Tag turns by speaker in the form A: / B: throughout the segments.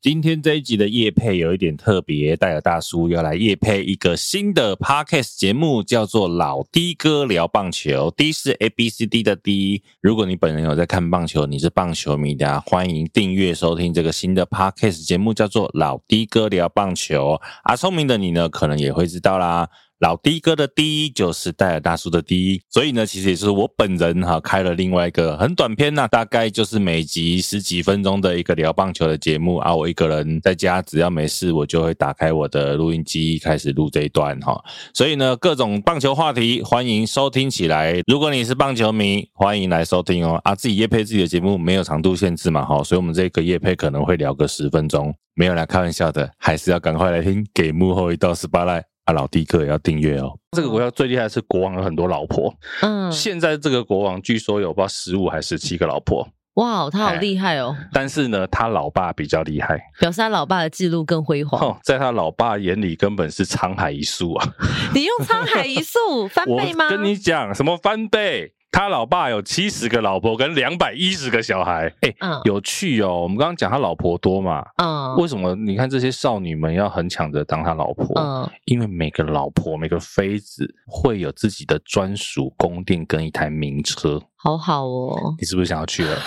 A: 今天这一集的夜配有一点特别，戴尔大叔要来夜配一个新的 podcast 节目，叫做《老的哥聊棒球》，D 是 A B C D 的 D。如果你本人有在看棒球，你是棒球迷的、啊，欢迎订阅收听这个新的 podcast 节目，叫做《老的哥聊棒球》。啊，聪明的你呢，可能也会知道啦。老的哥的的就是戴尔大叔的的，所以呢，其实也是我本人哈、开了另外一个很短篇呐、大概就是每集十几分钟的一个聊棒球的节目啊。我一个人在家，只要没事，我就会打开我的录音机开始录这一段哈、所以呢，各种棒球话题欢迎收听起来。如果你是棒球迷，欢迎来收听哦。啊，自己夜配自己的节目没有长度限制嘛哈、所以我们这个夜配可能会聊个十分钟，没有来开玩笑的，还是要赶快来听，给幕后一道十八赖。啊，老弟哥也要订阅哦。
B: 这个国家最厉害的是国王有很多老婆，
C: 嗯，
B: 现在这个国王据说有不知道十五还是七个老婆，
C: 哇，他好
B: 哎
C: 厉害哦，
B: 但是呢，他老爸比较厉害，
C: 表示他老爸的记录更辉煌。
B: 哦，在他老爸眼里根本是沧海一粟啊！
C: 你用沧海一粟翻
B: 我
C: 倍吗？
B: 跟你讲，什么翻倍？他老爸有七十个老婆跟两百一十个小孩，哎、
C: 嗯
B: 有趣哦！我们刚刚讲他老婆多嘛，
C: 嗯
B: 为什么你看这些少女们要很抢着当他老婆？
C: 嗯，
B: 因为每个老婆、每个妃子会有自己的专属宫殿跟一台名车，
C: 好好哦。
B: 你是不是想要去了？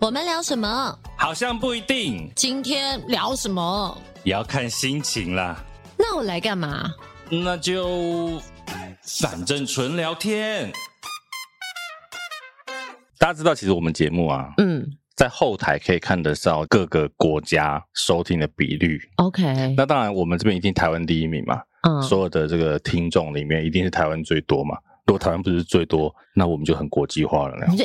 C: 我们聊什么？
A: 好像不一定，
C: 今天聊什么？
A: 也要看心情啦。
C: 那我来干嘛？
A: 那就反正纯聊天。
B: 大家知道，其实我们节目啊，
C: 嗯
B: 在后台可以看得到各个国家收听的比率。
C: ，OK，
B: 那当然，我们这边一定台湾第一名嘛，
C: 嗯，
B: 所有的这个听众里面一定是台湾最多嘛。如果台湾不是最多，那我们就很国际化了呢
C: 你。就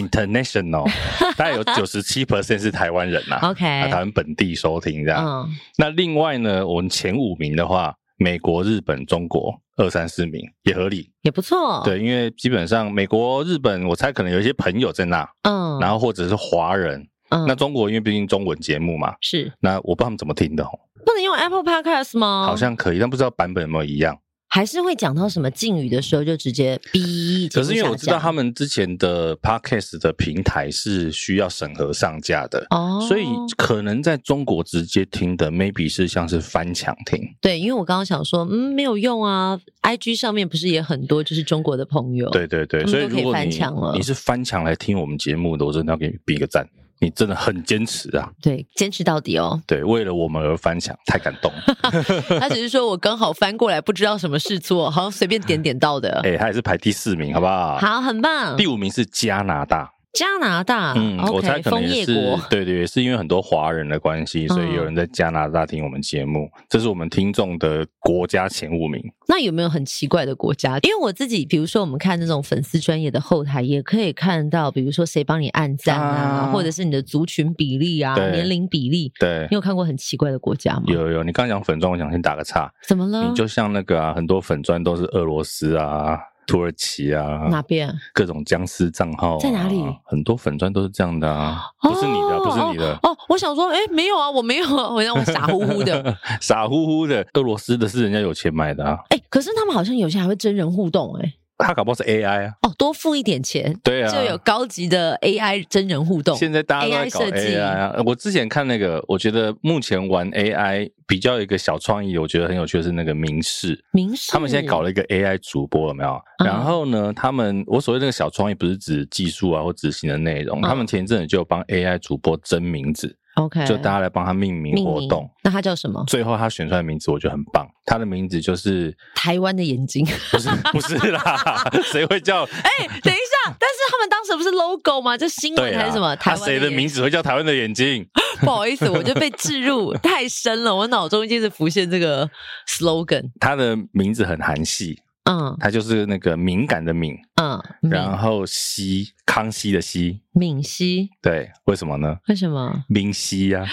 B: International，大概有九十七 percent 是台湾人呐、啊，台啊湾本地收听这样。
C: 嗯
B: 那另外呢，我们前五名的话，美国、日本、中国二三四名也合理。
C: 也不错。，
B: 对，因为基本上美国、日本，我猜可能有一些朋友在那，
C: 嗯，
B: 然
C: 后
B: 后或者是华人。
C: 嗯，
B: 那中国因为毕竟中文节目嘛，
C: 是
B: 那我不知道他们怎么听的哦，
C: 不能用 Apple Podcast 吗？
B: 好像可以，但不知道版本有没有一样。
C: 还是会讲到什么敬语的时候就直接哔。
B: 可是因为我知道
C: 们
B: 他们之前的 podcast 的平台是需要审核上架的，
C: 哦，
B: 所以可能在中国直接听的 maybe 是像是翻墙听。
C: 对，因为我刚刚想说，嗯，没有用啊。IG 上面不是也很多就是中国的朋友，
B: 对对对，
C: 哦他
B: 所
C: 们
B: 以
C: 都可
B: 如
C: 以
B: 果
C: 翻
B: 你
C: 墙了
B: 你是翻墙来听我们节目的，我真的要给你比一个赞，你真的很坚持啊！
C: 对，坚持到底哦。
B: 对，为了我们而翻墙，太感动了。
C: 他只是说我刚好翻过来，不知道什么事做，好像随便点点到的。
B: 哎、他也是排第四名，好不好？
C: 好，很棒。
B: 第五名是加拿大，
C: 加拿大，
B: 嗯
C: o
B: 我
C: k
B: 猜可
C: 啊枫
B: 能
C: 叶
B: 也是
C: 国，嗯
B: 对对，也是因为很多华人的关系，所以有人在加拿大听我们节目，这是我们听众的国家前五名。
C: 那有没有很奇怪的国家？因为我自己，比如说我们看那种粉丝专业的后台，也可以看到，比如说谁帮你按赞啊，
B: 啊
C: 或者是你的族群比例啊、
B: 对
C: 年龄比例。
B: 对
C: 你，有看过很奇怪的国家吗？
B: 有有，你刚讲粉砖，我想先打个岔，
C: 怎么了
B: 你？就像那个啊，很多粉砖都是俄罗斯啊、土耳其啊，
C: 哪边？
B: 各种僵尸账号、啊
C: 在哪里？
B: 很多粉砖都是这样的啊，不是你的，不是你的。
C: 哦，我想说，哎，没有啊，我没有啊， 我让我傻乎乎 的。
B: 傻乎乎的，俄罗斯的是人家有钱买的啊，
C: 哎，可是他们好像有些还会真人互动，哎，
B: 他搞不好是 AI 啊，
C: 哦，多付一点钱，
B: 对啊，
C: 就有高级的 AI 真人互动。
B: 现在大家都在搞
C: AI 设计
B: AI 啊。呃我之前看那个，我觉得目前玩 AI 比较有一个小创意，我觉得很有趣的是那个明视，
C: 明示
B: 他们现在搞了一个 AI 主播，有没有？
C: 嗯
B: 然后呢，他们我所谓那个小创意，不是指技术啊或执行的内容，
C: 嗯
B: 他们前一阵子就有帮 AI 主播争名字，
C: OK，
B: 就大家来帮他命名
C: 命
B: 活
C: 名
B: 动。。
C: 那它叫什么？
B: 最后他选出来的名字，我觉得很棒。他的名字就是
C: 台湾的 眼睛。
B: 不是不是啦，谁会 叫
C: 哎，等一下，但是他们当时不是 logo 吗？就新
B: 对
C: 闻
B: 啦
C: 还是什么？台
B: 他
C: 湾
B: 谁的
C: 眼
B: 名？字会叫台湾的眼睛？
C: 不好意思，我就被 置入太深了，我脑中一直浮现这个 slogan。
B: 他的名字很韩系，
C: 嗯
B: 他就是那个敏感的敏，
C: 嗯，
B: 然后熙康熙的熙，
C: 敏敏熙，
B: 对，为什么呢？
C: 为什么？
B: 明熙呀、啊，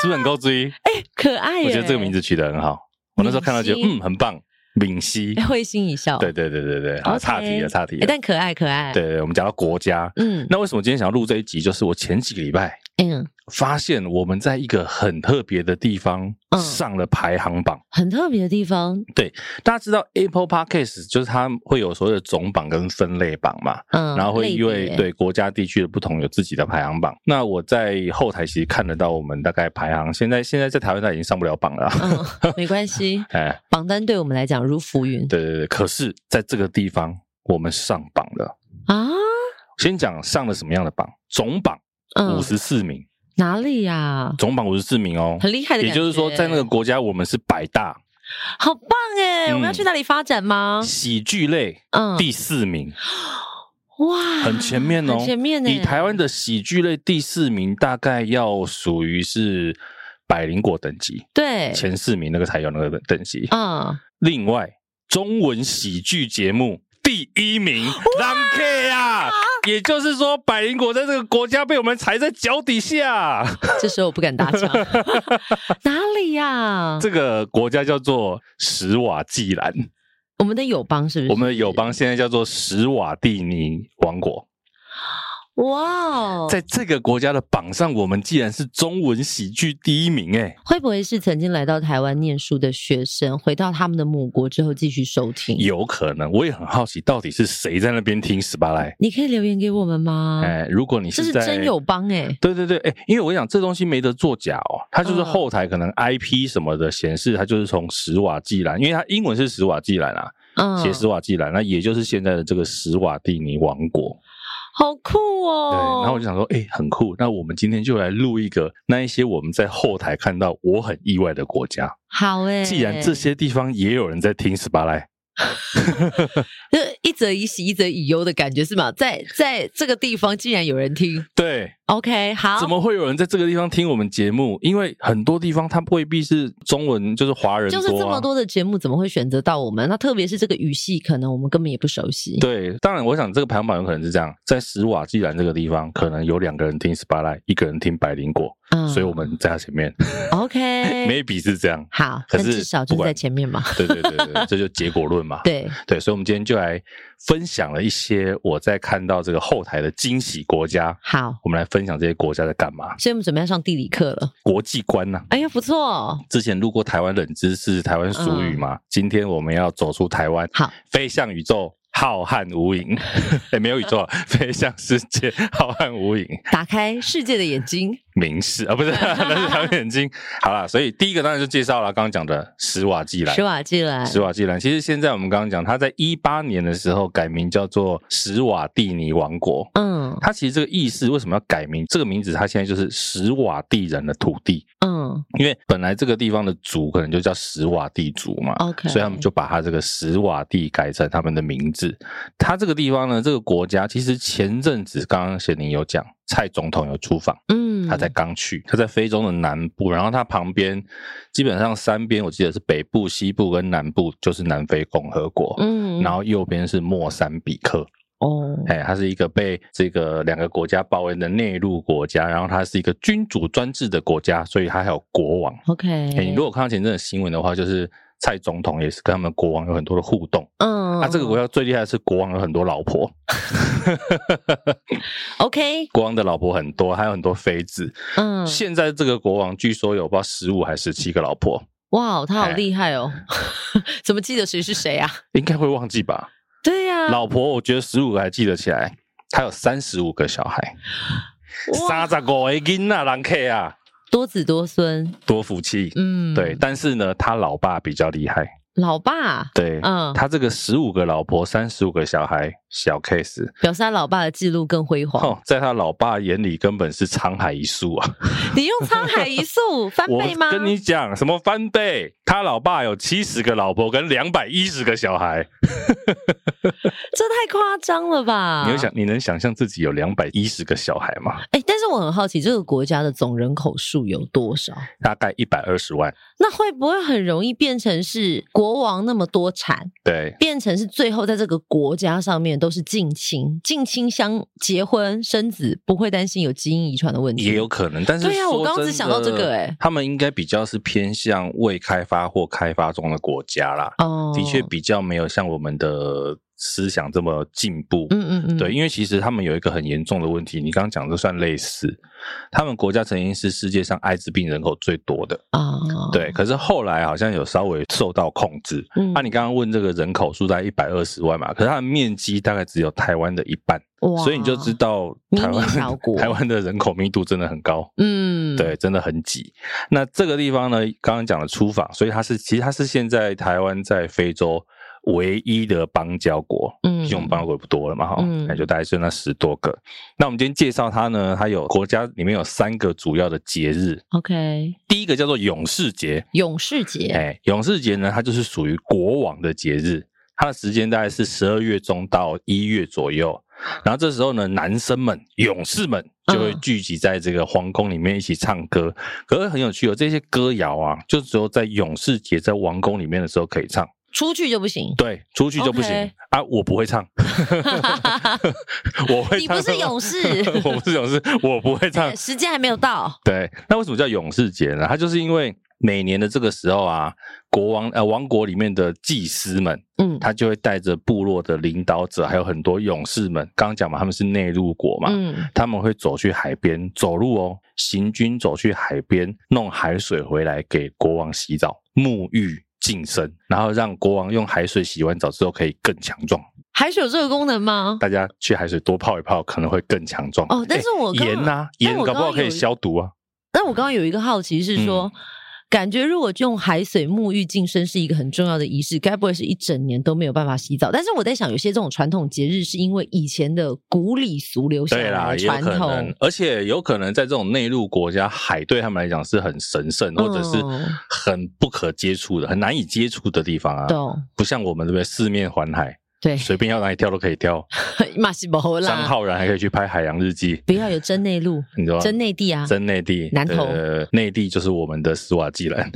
B: 是不是很高追？
C: 可爱耶！
B: 我觉得这个名字取得很好。我那时候看到觉得
C: 敏熙
B: 嗯很棒，敏熙，
C: 会心一笑。
B: 对对对对对，好
C: 哦 OK
B: 岔题了岔题
C: 哎
B: 了。
C: 但可爱可爱。
B: 对，对，我们讲到国家，
C: 嗯，
B: 那为什么今天想要录这一集？就是我前几个礼拜
C: 嗯，
B: 发现我们在一个很特别的地方
C: 嗯
B: 上了排行榜。
C: 很特别的地方，
B: 大家知道 Apple Podcast 就是它会有所谓的总榜跟分类榜嘛，
C: 嗯，
B: 然后会
C: 类
B: 因为
C: 别，
B: 对国家地区的不同有自己的排行榜。那我在后台其实看得到我们大概排行，现在现在在台湾它已经上不了榜了啊。，
C: 嗯，没关系
B: 哎，
C: 榜单对我们来讲如浮云
B: 对对对，可是在这个地方我们上榜了。
C: 啊，
B: 先讲上了什么样的榜？总榜
C: 嗯
B: 五，十四名，
C: 哪里呀、
B: 总榜五十四名哦，
C: 很厉害的感
B: 也
C: 觉，
B: 就是说，在那个国家我们是百大
C: 好棒哎、
B: 嗯
C: 我们要去哪里发展吗？
B: 喜剧类
C: 嗯，
B: 第四名，
C: 哇，
B: 很前面哦
C: 很前面哎呢、
B: 以台湾的喜剧类第四名，大概要属于是百灵果等级
C: 对，
B: 前四名那个才有那个等级。
C: 嗯，
B: 另外，中文喜剧节目第一名 r a n K 啊，也就是说，百灵果在这个国家被我们踩在脚底
C: 啊
B: 下。
C: 这时候我不敢打 枪，哪里呀、
B: 这个国家叫做史瓦济兰，
C: 我们的友邦是不是？
B: 我们的友邦现在叫做史瓦蒂尼王国。
C: 哇哦，
B: 在这个国家的榜上，我们既然是中文喜剧第一名、哎，
C: 会不会是曾经来到台湾念书的学生，回到他们的母国之后继续收听？
B: 有可能，我也很好奇，到底是谁在那边听十八来？
C: 你可以留言给我们吗？
B: 哎、如果你
C: 啊这
B: 是
C: 是
B: 在
C: 真友邦哎、
B: 对对对，哎、因为我想这东西没得作假哦，它就是
C: 嗯
B: 后台可能 IP 什么的显示，它就是从史瓦济兰，因为它英文是史瓦济兰啊，
C: 嗯，
B: 写史瓦济兰，那也就是现在的这个史瓦蒂尼王国。
C: 好酷
B: 对，
C: 哦！
B: 然后我就想说，哎、很酷，那我们今天就来录一个那一些我们在后台看到我很意外的国家。
C: 好哎、
B: 既然这些地方也有人在听十八来，
C: 就呃一则以喜，一则以忧的感觉是吗？在在这个地方，竟然有人听
B: 对，
C: ，OK，好，
B: 怎么会有人在这个地方听我们节目？因为很多地方它未必是中文，就是华人、啊、
C: 就是这么。多的节目，怎么会选择到我们？那特别是这个语系，可能我们根本也不熟悉。
B: 对，当然，我想这个排行榜有可能是这样，在史瓦济兰这个地方，可能有两个人听十八来，一个人听百灵果，
C: 嗯
B: 所以我们在他前 面
C: OK，
B: ，maybe 是 这样。
C: 好，
B: 可
C: 但
B: 是
C: 至少
B: 不
C: 就是
B: 管
C: 在前面嘛。
B: 对对对对，对这就结果论嘛。
C: 对，
B: 对，所以我们今天就来分享了一些我在看到这个后台的惊喜国家，
C: 好，
B: 我们来分享这些国家在干嘛，
C: 所以我们准备要上地理课了。
B: 国际观呐、
C: 哎呀，不错，
B: 之前录过台湾冷知识、台湾俗语
C: 嗯
B: 嘛，今天我们要走出台 湾，
C: 好，
B: 飞向宇宙，浩瀚无垠。 哎，没有宇宙 啊，飞向世界，浩瀚无垠。
C: 打开世界的眼 睛。
B: 明示啊，不是，那是他们眼睛。好啦，所以第一个当然就介绍了刚刚讲的史瓦济兰
C: 施。瓦季兰，
B: 史瓦济兰，其实现在我们刚刚讲，它在一八年的时候改名叫做史瓦蒂尼王国。
C: 嗯
B: 它其实这个意思为什么要改名？这个名字它现在就是史瓦蒂人的土地，
C: 嗯
B: 因为本来这个地方的族可能就叫史瓦蒂族嘛。
C: ，OK，
B: 所以他们就把它这个史瓦蒂改成他们的名字。它这个地方呢，这个国家其实前阵子刚刚贤宁有讲，蔡总统有出访，
C: 嗯，
B: 他才刚去，他在非洲的南部，然后他旁边基本上三边我记得是北部、西部跟南部就是南非共和国，
C: 嗯，
B: 然后右边是莫桑比克，
C: 哦，
B: 哎，它是一个被这个两个国家包围的内陆国家，然后它是一个君主专制的国家，所以它还有国王。哎，你
C: OK，
B: 如果看到前阵的新闻的话，就是蔡总统也是跟他们国王有很多的互动。
C: 嗯，
B: 那、这个国家最厉害的是国王有很多老婆，
C: OK，
B: 国王的老婆很多，还有很多妃子。
C: 嗯，
B: 现在这个国王据说有不知道十五还是十七个老婆，
C: 哇，他好
B: 哎
C: 厉害哦， 怎么记得谁是谁啊？
B: 应该会忘记吧？
C: 对呀，
B: 老婆我觉得十五个还记得起来，他有三十五个小孩，
C: 哇
B: 三十五个囡仔人客啊，
C: 多子多孙，
B: 多福气。
C: 嗯，
B: 对，，但是呢，他老爸比较厉害。
C: 老爸，
B: 对，
C: 嗯，
B: 他这个十五个老婆，三十五个小孩，小 case。
C: 表示他老爸的记录更辉煌。
B: 哦，在他老爸眼里根本是沧海一粟啊！
C: 你用沧海一 粟翻
B: 我
C: 倍吗？
B: 跟你讲，什么翻倍？他老爸有七十个老婆跟两百一十个小孩，
C: 这太夸张了吧？
B: 你有想，你能想象自己有两百一十个小孩吗？
C: 哎、但是我很好奇，这个国家的总人口数有多少？
B: 大概一百二十万。
C: 那会不会很容易变成是国王那么多产，
B: 对，
C: 变成是最后在这个国家上面都是近亲，近亲相结婚生子，不会担心有基因遗传的问题？
B: 也有可能，但是
C: 对啊我
B: 说
C: 刚刚只
B: 真
C: 想到这
B: 的
C: 个欸
B: 他们应该比较是偏向未开发或开发中的国家啦，
C: 哦，
B: 的确比较没有像我们的思想这么进步。
C: 嗯嗯嗯，
B: 对，因为其实他们有一个很严重的问题，你刚刚讲的算类似，他们国家曾经是世界上艾滋病人口最多的，
C: 啊，
B: 对，可是后来好像有稍微受到控制。
C: 嗯，
B: 啊，你刚刚问这个人口数在一百二十万嘛，可是它的面积大概只有台湾的一半，
C: 哇
B: 所以你就知，道
C: 迷
B: 台
C: 你
B: 湾
C: 小国
B: 台湾的人口密度真的很高。
C: 嗯，
B: 对，真的很挤。那这个地方呢，刚刚讲的出访，所以它是其实它是现在台湾在非洲唯一的邦交国，
C: 嗯
B: 因为我们邦交国不多了嘛，哈、
C: 嗯
B: 那就大概就那十多个。那我们今天介绍它呢，它有国家里面有三个主要的节日，
C: ，OK，
B: 第一个叫做勇士节，
C: 勇士节，
B: 哎，勇士节呢，它就是属于国王的节日，它的时间大概是十二月中到一月左右。然后这时候呢，男生们、勇士们就会
C: 嗯
B: 聚集在这个皇宫里面一起唱歌。可是很有趣哦，这些歌谣啊，就只有在勇士节在王宫里面的时候可以唱，
C: 出去就不行。
B: 对，出去就不行
C: OK
B: 啊！我不会唱， 我会唱，
C: 你不是勇士
B: 我不是勇士，我不 会唱
C: 哎，时间还没有到，
B: 对，那为什么叫勇士节呢？它就是因为每年的这个时候啊，国王呃王国里面的祭司们，
C: 嗯，
B: 他就会带着部落的领导者，还有很多勇士们。刚刚讲嘛，他们是内陆国嘛，
C: 嗯，
B: 他们会走去海边走路哦，行军走去海边弄海水回来给国王洗澡、沐浴、净身，然后让国王用海水洗完澡之后可以更强壮。
C: 海水有这个功能吗？
B: 大家去海水多泡一泡，可能会更强壮。
C: 哦但是我
B: 哎
C: 刚
B: 盐呐、啊，
C: 但
B: 盐
C: 我
B: 搞不好
C: 刚刚
B: 可以
C: 有
B: 消毒啊。
C: 但我刚刚有一个好奇是
B: 嗯
C: 说，感觉如果用海水沐浴净身是一个很重要的仪式，该不会是一整年都没有办法洗澡？但是我在想，有些这种传统节日是因为以前的古礼俗留下
B: 对
C: 来
B: 啦，
C: 的
B: 也有
C: 传
B: 可能
C: 统，，
B: 而且有可能在这种内陆国家，海对他们来讲是很神圣，或者是
C: 嗯
B: 很不可接触的、很难以接触的地方啊。
C: 懂？
B: 不像我们这边四面环海，
C: 对，
B: 随便要哪里跳都可以跳。
C: 马西博
B: 张
C: 啦，
B: 浩然还可以去拍《海洋日记》，
C: 不要有真 内陆、
B: 你知道吗？
C: 真内地啊，
B: 真内地，
C: 南投
B: 呃，内地就是我们的斯瓦季 兰，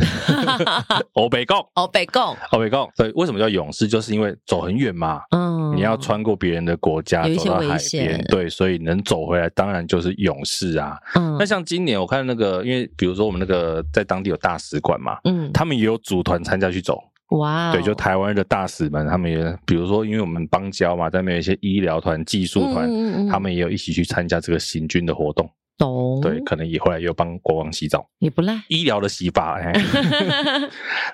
B: 欧北贡，
C: 哦，北贡，
B: 欧北贡。所以为什么叫勇士，就是因为走很远嘛，
C: 嗯，
B: 你要穿过别人的国家，
C: 有一
B: 走
C: 些
B: 到
C: 危
B: 海边
C: 险，
B: 对，所以能走回来，当然就是勇士啊。
C: 嗯，
B: 那像今年我看那个，因为比如说我们那个在当地有大使馆嘛，
C: 嗯，
B: 他们也有组团参加去走。
C: 哇哦，
B: 对，就台湾的大使们，他们也比如说，因为我们邦交嘛，但面有一些医疗团、技术团，
C: 嗯嗯嗯嗯
B: 他们也有一起去参加这个行军的活动。
C: 懂，
B: 对，可能也后来也有帮国王洗澡，
C: 也不赖。
B: 医疗的洗法。 哎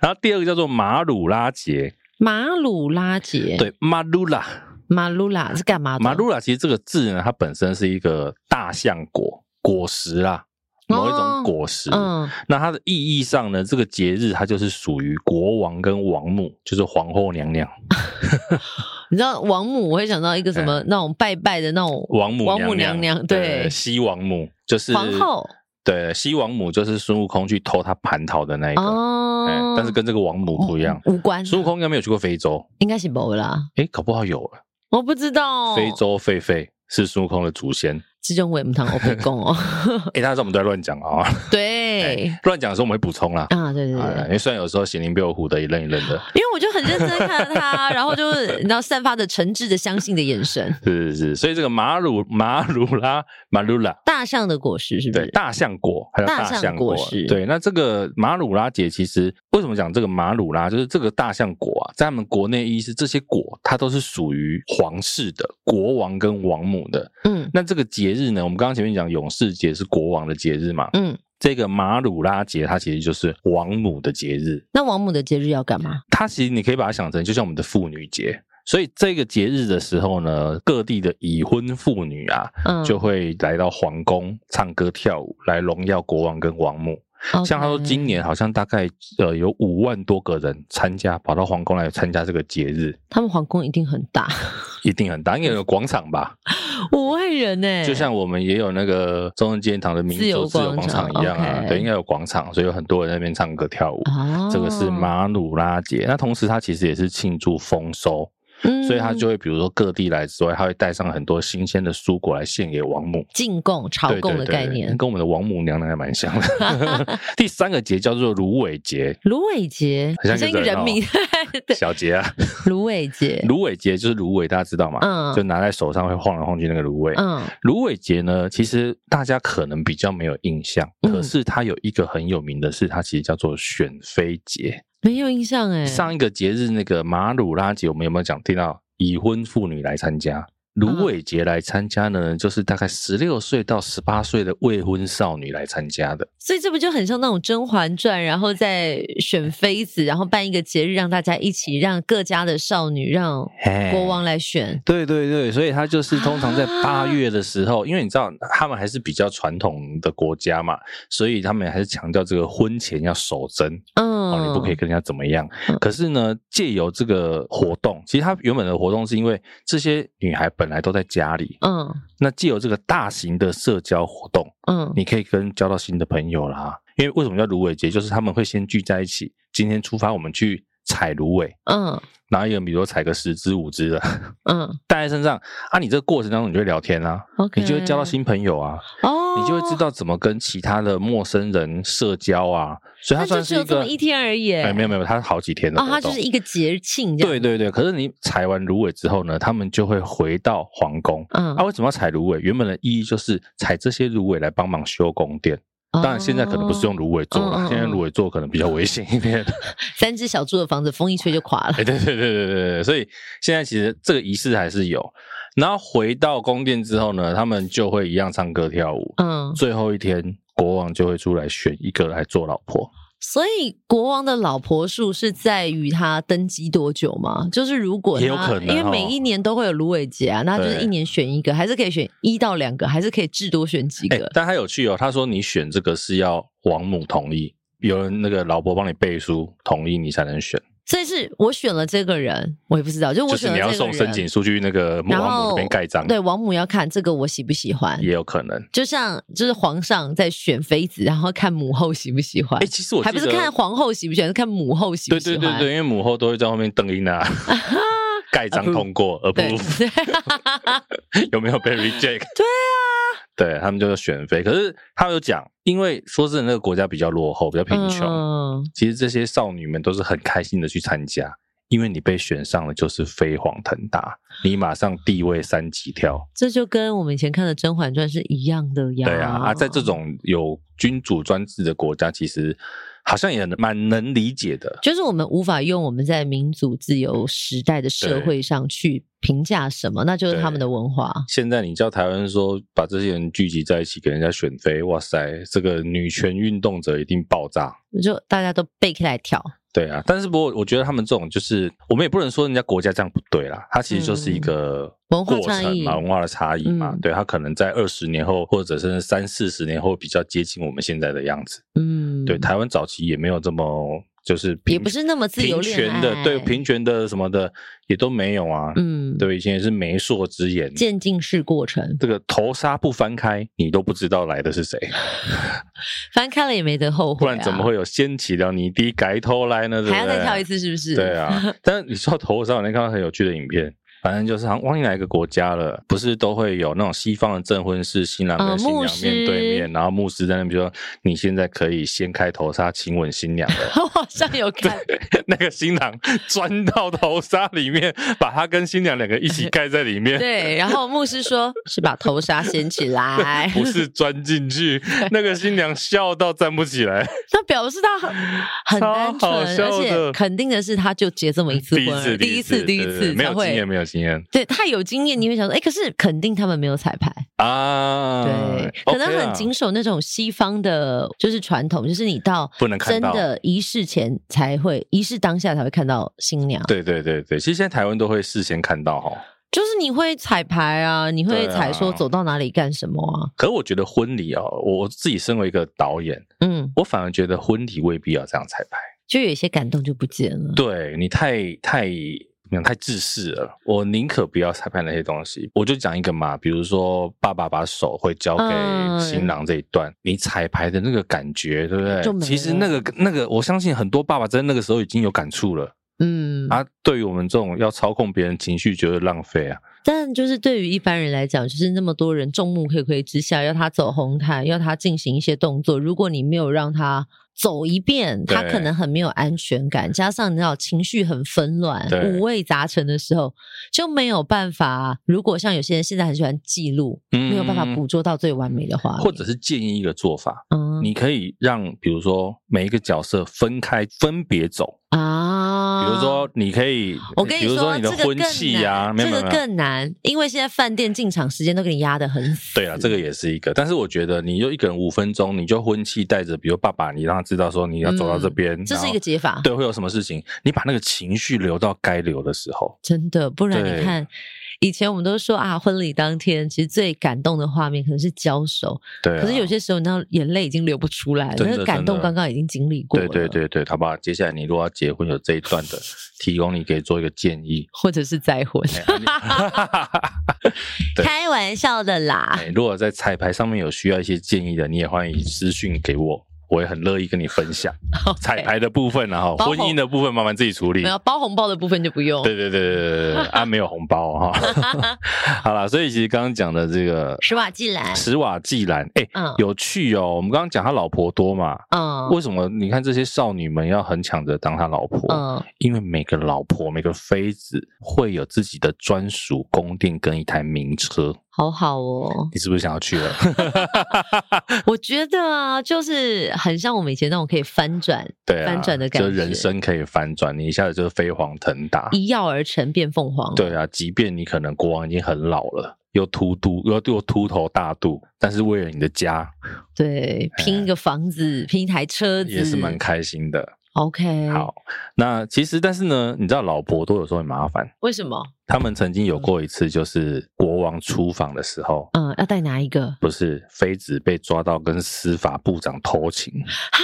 B: 然后第二个叫做马鲁拉节，
C: 马鲁拉节，，
B: 对，马鲁拉，
C: 哎马鲁拉是干嘛的？
B: 马鲁拉其实这个字呢，它本身是一个大象果果实啦，某一种
C: 哦
B: 果实。
C: 嗯
B: 那它的意义上呢，这个节日它就是属于国王跟王母，就是皇后娘娘、
C: 你知道王母，我会想到一个什
B: 哎
C: 么那种拜拜的那种
B: 王母
C: 王
B: 娘
C: 母娘娘，对，
B: 西王母就是
C: 皇后
B: 对，西王母就是孙悟空去偷他蟠桃的那一个，哎、
C: 哦，
B: 但是跟这个王母不一样。
C: 无关，
B: 孙悟空应该没有去过非洲，
C: 应该是没啦，
B: 哎，搞不好有了。
C: 我不知道
B: 非洲狒狒是孙悟空的祖先，
C: 这种我也不堂我不供 哦，
B: 哎，大家知道我们都在乱讲啊，
C: 对
B: 乱讲的时候我们会补哎充啦。
C: 啊，对对对
B: 啊，因
C: 对。
B: 为虽然有时候显灵被我唬得一愣一愣的，
C: 因为我就很认真地看着 他，然后就是你知道散发着诚挚的相信的眼神。
B: 是是是，所以这个马鲁马鲁拉马鲁拉，
C: 大象的果实是不
B: 对，
C: 是？
B: 大象果还有
C: 大
B: 大
C: 象
B: 象
C: 果
B: 果
C: 实
B: 对，那这个马鲁拉节其实为什么讲这个马鲁拉，就是这个大象果啊，在他们国内意思这些果它都是属于皇室的，国王跟王母的。
C: 嗯
B: 那这个节日呢，我们刚刚前面讲勇士节是国王的节日嘛，
C: 嗯。
B: 这个马鲁拉节它其实就是王母的节日，
C: 那王母的节日要干嘛？
B: 它其实你可以把它想成就像我们的妇女节。所以这个节日的时候呢，各地的已婚妇女啊，
C: 嗯，
B: 就会来到皇宫唱歌跳舞，来荣耀国王跟王母。像他说，今年好像大概呃有五万多个人参加，跑到皇宫来参加这个节日，
C: 他们皇宫一定很大，
B: 一定很大，应该有广场 吧？
C: 五万人呢、
B: 就像我们也有那个中正纪念堂的民
C: 哎自由
B: 族自由
C: 广
B: 广
C: 场
B: 场一样啊，
C: OK
B: 对，应该有广场，所以有很多人在那边唱歌跳舞。
C: 哦，
B: 这个是马努拉节，那同时它其实也是庆祝丰收，
C: 嗯，
B: 所以它就会比如说各地来之外，它会带上很多新鲜的蔬果来献给王母。
C: 进贡、朝
B: 对
C: 贡
B: 对
C: 的
B: 对，
C: 概念。
B: 跟我们的王母娘娘还蛮像 的。第三个节叫做芦苇节，
C: 芦苇节，
B: 很
C: 好
B: 像
C: 一
B: 一
C: 个
B: 个
C: 人
B: 人
C: 名， 对，
B: 小节啊，
C: 芦苇节，
B: 芦苇节就是芦苇，大家知道吗？
C: 嗯
B: 就拿在手上会晃来晃去那个芦苇。
C: 嗯，
B: 芦苇节呢，其实大家可能比较没有印象，
C: 嗯
B: 可是它有一个很有名的事，它其实叫做选妃节。
C: 没有印象哎，
B: 上一个节日那个马鲁拉节，我们有没有讲听到已婚妇女来参加。
C: 嗯
B: 芦苇节来参加呢，就是大概十六岁到十八岁的未婚少女来参加的。
C: 所以这不就很像那种《甄嬛传》，然后再选妃子，然后办一个节日，让大家一起，让各家的少女，让
B: 嘿
C: 国王来选。
B: 对对对，所以他就是通常在
C: 啊
B: 八月的时候，因为你知道他们还是比较传统的国家嘛，所以他们还是强调这个婚前要守贞
C: 嗯，
B: 哦，你不可以跟人家怎么样
C: 嗯。
B: 可是呢，借由这个活动，其实他原本的活动是因为这些女孩本来都在家里，
C: 嗯
B: 那借由这个大型的社交活动，
C: 嗯
B: 你可以跟交到新的朋友啦。因为为什么叫芦苇节？就是他们会先聚在一起，今天出发，我们去采芦苇，
C: 嗯
B: 然后一个人比如说采个十只五只的。
C: 嗯
B: 带在身上啊，你这个过程当中你就会聊天啊，
C: ，OK，
B: 你就会交到新朋友啊，
C: 哦，
B: 你就会知。道怎么跟其他的陌生人社交啊，所以它
C: 那就
B: 算
C: 只
B: 是
C: 有
B: 一
C: 这
B: 个
C: 么一天而已。
B: 哎，没有没有，它是好几天的
C: 哦，
B: 活
C: 它就
B: 动
C: 是。一个节庆这样。
B: 对对对，可是你采完芦苇之后呢，他们就会回到皇宫。
C: 嗯
B: 啊，为什么要采芦苇？原本的意义就是采这些芦苇来帮忙修宫殿。当然，现在可能不是用
C: 哦
B: 芦苇做
C: 嗯嗯
B: 了，
C: 嗯
B: 现在芦�ei做可能比较危险一点。
C: 三只小猪的房子，风一吹就垮了
B: 哎，。对对对对对对，所以现在其实这个仪式还是有。然后回到宫殿之后呢，他们就会一样唱歌跳舞。
C: 嗯，
B: 最后一天，国王就会出来选一个来做老婆。
C: 所以国王的老婆数是在于他登基多久吗？就是如果他
B: 也有可能哦
C: 因为每一年都会有芦苇节啊，那他就是
B: 对
C: 一年选一个，还是可以选一到两个，还是可以至多选几
B: 哎
C: 个，。
B: 但他有趣哦，他说你选这个是要王母同意，有人那个老婆帮你背书同意你才能选，
C: 所以是我选了这个人，我也不知道，
B: 就
C: 就我
B: 是
C: 选
B: 你
C: 了
B: 要
C: 这个
B: 送申请
C: 人，
B: 书去那个
C: 然
B: 王母
C: 后
B: 那边盖章，
C: 对，王母要看这个我喜不喜欢。
B: 也有可能。
C: 就像就是皇上在选妃子，然后看母后喜不喜欢
B: 哎，，其实我
C: 还不
B: 记
C: 是
B: 得
C: 看皇后喜不喜欢，是看母后喜不
B: 对
C: 喜
B: 对
C: 欢。
B: 对对，因为母后都会在后面瞪音 啊，盖章
C: Approve
B: 通过，approve，
C: 对
B: 有没有被 reject？对啊，对他们就是选妃。可是他有讲，因为说真的，那个国家比较落后，比较贫穷，
C: 嗯
B: 其实这些少女们都是很开心的去参加，因为你被选上了就是飞黄腾达，你马上地位三级跳。
C: 这就跟我们以前看的《甄嬛传》是一样的呀。
B: 对啊，啊，在这种有君主专制的国家，其实好像也蛮能理解的。
C: 就是我们无法用我们在民主自由
B: 嗯
C: 时代的社会上去评价什么，那就是他们的文化。
B: 现在你叫台湾说把这些人聚集在一起给人家选妃，哇塞，这个女权运动者一定爆炸。
C: 就大家都背起来跳，
B: 对啊，但是不过我觉得他们这种就是，我们也不能说人家国家这样不对啦，它其实就是一个
C: 嗯文化
B: 过
C: 差
B: 程
C: 异
B: 嘛，文化的差异嘛，
C: 嗯
B: 对，它可能在二十年后或者甚至三四十年后比较接近我们现在的样子。
C: 嗯，
B: 对，台湾早期也没有这么就是平
C: 也不是那么自由
B: 平
C: 恋
B: 权
C: 爱，
B: 的，对，平权的什么的也都没有啊，
C: 嗯，
B: 对，以前也是媒妁之言。
C: 渐进式过程，
B: 这个头纱不翻开，你都不知道来的是谁，
C: 翻开了也没得后悔、
B: 不
C: 啊，
B: 然怎么会有掀起了你的改头来呢？对不
C: 还要再
B: 对
C: 跳一次？是不是？
B: 对啊，但是你说到头上，我那天看到很有趣的影片，反正就是好像忘记哪一个国家了，不是都会有那种西方的证婚是新郎
C: 呃
B: 跟新
C: 牧
B: 娘面对面，
C: 师
B: 然后牧师在那边说：“你现在可以掀开头纱，亲吻新娘了。
C: 我好像有看，
B: 那个新郎钻到头纱里面，把他跟新娘两个一起盖在里面。，
C: 对，然后牧师说是把头纱掀起来
B: 不是钻进 去，那个新娘笑到站不起来，
C: 他表示他很很
B: 超
C: 单纯
B: 好，笑
C: 而且
B: 的
C: 肯定的是，他就结这么一次
B: 第一
C: 婚而
B: 次，
C: 已，第一次，第一
B: 对对对
C: 次
B: 没
C: 才
B: 有经
C: 会
B: 验，。没有经验
C: 对他有经验，你会想说，哎，可是肯定他们没有彩排，
B: 啊。
C: 对，可
B: OK 啊
C: 能很
B: 啦
C: 谨守那种西方的，就是传统，就是你到
B: 不能看
C: 真
B: 到
C: 的仪式前才会，仪式当下才会看到新娘，
B: 对对对对，其实现在台湾都会事先看到哈。
C: 就是你会彩排啊，你会
B: 对啊
C: 彩说走到哪里干什么啊，
B: 可我觉得婚礼哦，我我自己身为一个导演，
C: 嗯，
B: 我反而觉得婚礼未必要这样彩排。
C: 就有一些感动就不见了。
B: 对你太太怎么样太自私了，我宁可不要彩排那些东西。我就讲一个嘛，比如说爸爸把手会交给
C: 嗯
B: 新郎这一段，你彩排的那个感觉，对不
C: 就
B: 对？
C: 没了
B: 其实那个那个，我相信很多爸爸在那个时候已经有感触了。
C: 嗯，
B: 啊，对于我们这种要操控别人情绪，觉得浪费啊。
C: 但就是对于一般人来讲，就是那么多人众目睽睽之下，要他走红毯，要他进行一些动作，如果你没有让他走一遍，
B: 对
C: 他可能很没有安全感，加上你知道情绪很纷乱、
B: 对
C: 五味杂陈的时候，就没有办法。如果像有些人现在很喜欢记录，
B: 嗯
C: 没有办法捕捉到最完美的画面，
B: 或者是建议一个做法，
C: 嗯
B: 你可以让比如说每一个角色分开分别走，
C: 啊，
B: 比如说你可以以
C: 我跟
B: 比如
C: 说，
B: 说你的
C: 这个
B: 婚
C: 更
B: 气
C: 难
B: 呀，没有
C: 这
B: 没有
C: 个
B: 没有
C: 更难，因为现在饭店进场时间都给你压得很死。
B: 对啊，这个也是一个，但是我觉得你就一个人五分钟，你就婚气带着，比如爸爸，你让他知道说你要走到这边，
C: 嗯这是一
B: 然
C: 个
B: 后
C: 解法，
B: 对会有什么事情，你把那个情绪留到该留的时候。
C: 真的，不然
B: 对
C: 你看，以前我们都说啊，婚礼当天其实最感动的画面可能是交手，
B: 对、啊，
C: 可是有些时候，那眼泪已经流不出来，
B: 真的
C: 那个感
B: 真
C: 动
B: 的
C: 刚刚已经经历过
B: 对
C: 了，
B: 对，对对，好不好？接下来你如果要结婚，有这一段的，提供你可以做一个建 议。
C: 或者是再婚，
B: 哎啊对
C: 开玩笑的
B: 你
C: 啦
B: 哎。如果在彩排上面有需要一些建议的，你也欢迎私讯给我，我也很乐意跟你分享
C: OK
B: 彩排的部分，然后
C: 包
B: 婚
C: 红
B: 姻的部分慢慢自己处理
C: 没。有包红包的部分就不用，
B: 对对对对对对对，啊，没有红包哦哈、好了，所以其实刚刚讲的这个
C: 施瓦季兰，
B: 史瓦济兰，哎、
C: 嗯
B: 有趣哦。我们刚刚讲他老婆多嘛，
C: 嗯
B: 为什么你看这些少女们要很抢着当他老婆？
C: 嗯，
B: 因为每个老婆、每个妃子会有自己的专属宫殿跟一台名车，
C: 好好哦，
B: 你是不是想要去了？
C: 我觉得啊，就是很像我们以前那种可以翻转、
B: 对啊，
C: 翻转的感觉，
B: 就人生可以翻转，你一下子就飞黄腾达。
C: 一跃而成变凤凰，
B: 对啊，即便你可能国王已经很老了，又秃秃又又秃头大肚，但是为了你的家
C: 对，拼一个房子，拼一台车子，
B: 哎也是蛮开心的。
C: OK。，
B: 好，那其实但是呢，你知道老婆都有时候很麻烦。
C: 为什么？
B: 他们曾经有过一次，就是国王出访的时候，
C: 嗯，要带哪一个？
B: 不是妃子被抓到跟司法部长偷情，
C: 哈，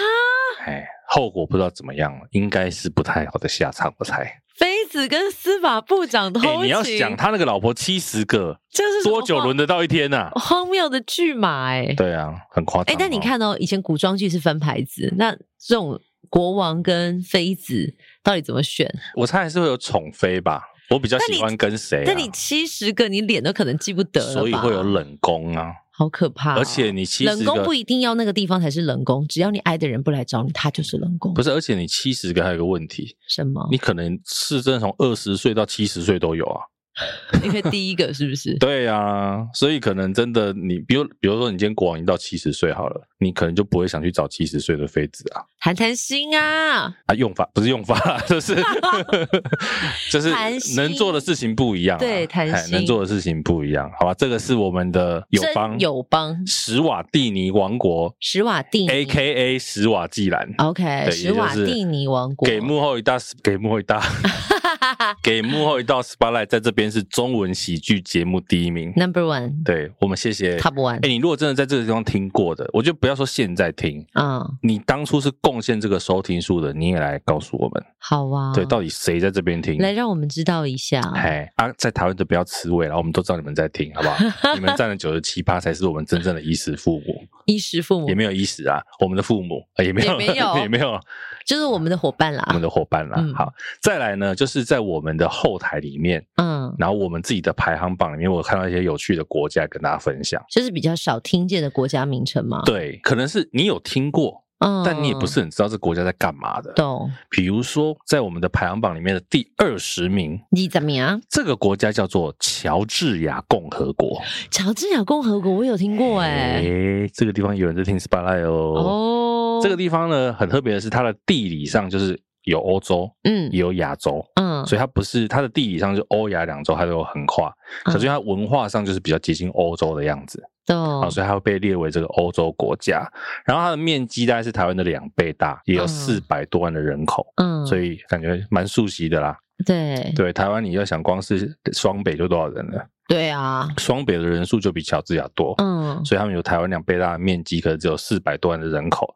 B: 哎，后果不知道怎么样了，应该是不太好的下场，我猜。
C: 妃子跟司法部长偷
B: 哎
C: 情，，
B: 你要想他那个老婆七十个，
C: 这 是什么
B: 多久轮得到一天 呐、
C: 荒荒谬的剧码哎、
B: 对啊，很夸
C: 哦哎、
B: 张、
C: 但你，看哦，以前古装剧是翻牌子，那这种国王跟妃子到底怎么选？
B: 我猜还是会有宠妃吧。我比较
C: 但你
B: 喜欢跟谁、啊？
C: 但你七十个，你脸都可能记不得了吧，
B: 所以会有冷宫啊，
C: 好可怕哦、
B: 而且你七十
C: 冷宫
B: 个
C: 不一定要那个地方才是冷宫，只要你爱的人不来找你，他就是冷宫。
B: 不
C: 是
B: 是，而且你七十个还有个问题，
C: 什么？
B: 你可能是真的从二十岁到七十岁都有啊。
C: 你可以第一个是不是？
B: 对啊，所以可能真的你，比如比如说你今天国王已经到七十岁好了，你可能就不会想去找七十岁的妃子啊。
C: 谈谈心啊，
B: 啊，用法不是用法 啦，就是就是
C: 谈心
B: 能做的事情不一样啊、
C: 对谈
B: 哎
C: 心
B: 能做的事情不一样，好吧？这个是我们的友邦
C: 真友邦
B: 史瓦蒂尼王国
C: 史瓦蒂尼
B: （A K A 史瓦济兰）。
C: OK，
B: 对也
C: 史
B: 就是
C: 瓦蒂尼王国
B: 给幕后一大，给幕后一 大，给幕后一道 spotlight，在这边是中文喜剧节目第一名。
C: Number One
B: 对我们谢谢
C: Top One，
B: 哎、你如果真的在这个地方听过的，我就不要说现在听，
C: 嗯，
B: 你当初是贡献这个收听数的，你也来告诉我们，
C: 好啊，
B: 对，到底谁在这边听？
C: 来让我们知道一下。
B: 哎啊，在台湾就不要吃味了，我们都知道你们在听，好不好？你们占了九十七趴才是我们真正的衣食父母，
C: 衣食父母
B: 也没有衣食啊，我们的父母、呃也没有，
C: 也没有
B: 也没有
C: 就是我们的伙伴
B: 我们
C: 啦，
B: 的伙伴啦。
C: 嗯
B: 好，再来呢，就是在我们的后台里面，
C: 嗯，
B: 然后我们自己的排行榜里面，我看到一些有趣的国家跟大家分享。
C: 就是比较少听见的国家名称嘛。，
B: 对，可能是你有听过，
C: 啊嗯，
B: 但你也不是很知道这国家在干嘛的。
C: 懂
B: 比如说，在我们的排行榜里面的第二十名，
C: 你怎么样？
B: 这个国家叫做乔治亚共和国。
C: 乔治亚共和国我有听过哎，
B: 诶这个地方有人在听 Spotlight 哦。
C: 哦，
B: 这个地方呢，很特别的是，它的地理上就是有欧洲，
C: 嗯
B: 也有亚洲，
C: 嗯
B: 所以它不是它的地理上就是欧亚两洲，它都有横跨。可
C: 嗯
B: 是因为它文化上就是比较接近欧洲的样子啊，
C: 懂
B: 所以它会被列为这个欧洲国家。然后它的面积大概是台湾的两倍大，也有
C: 嗯
B: 四百多万的人口。
C: 嗯，
B: 所以感觉蛮熟悉的啦。
C: 对
B: 对，台湾你要想光是双北就多少人了，
C: 对啊，
B: 双北的人数就比乔治亚多，
C: 嗯
B: 所以他们有台湾两倍大的面积，可是只有四百多万的人口。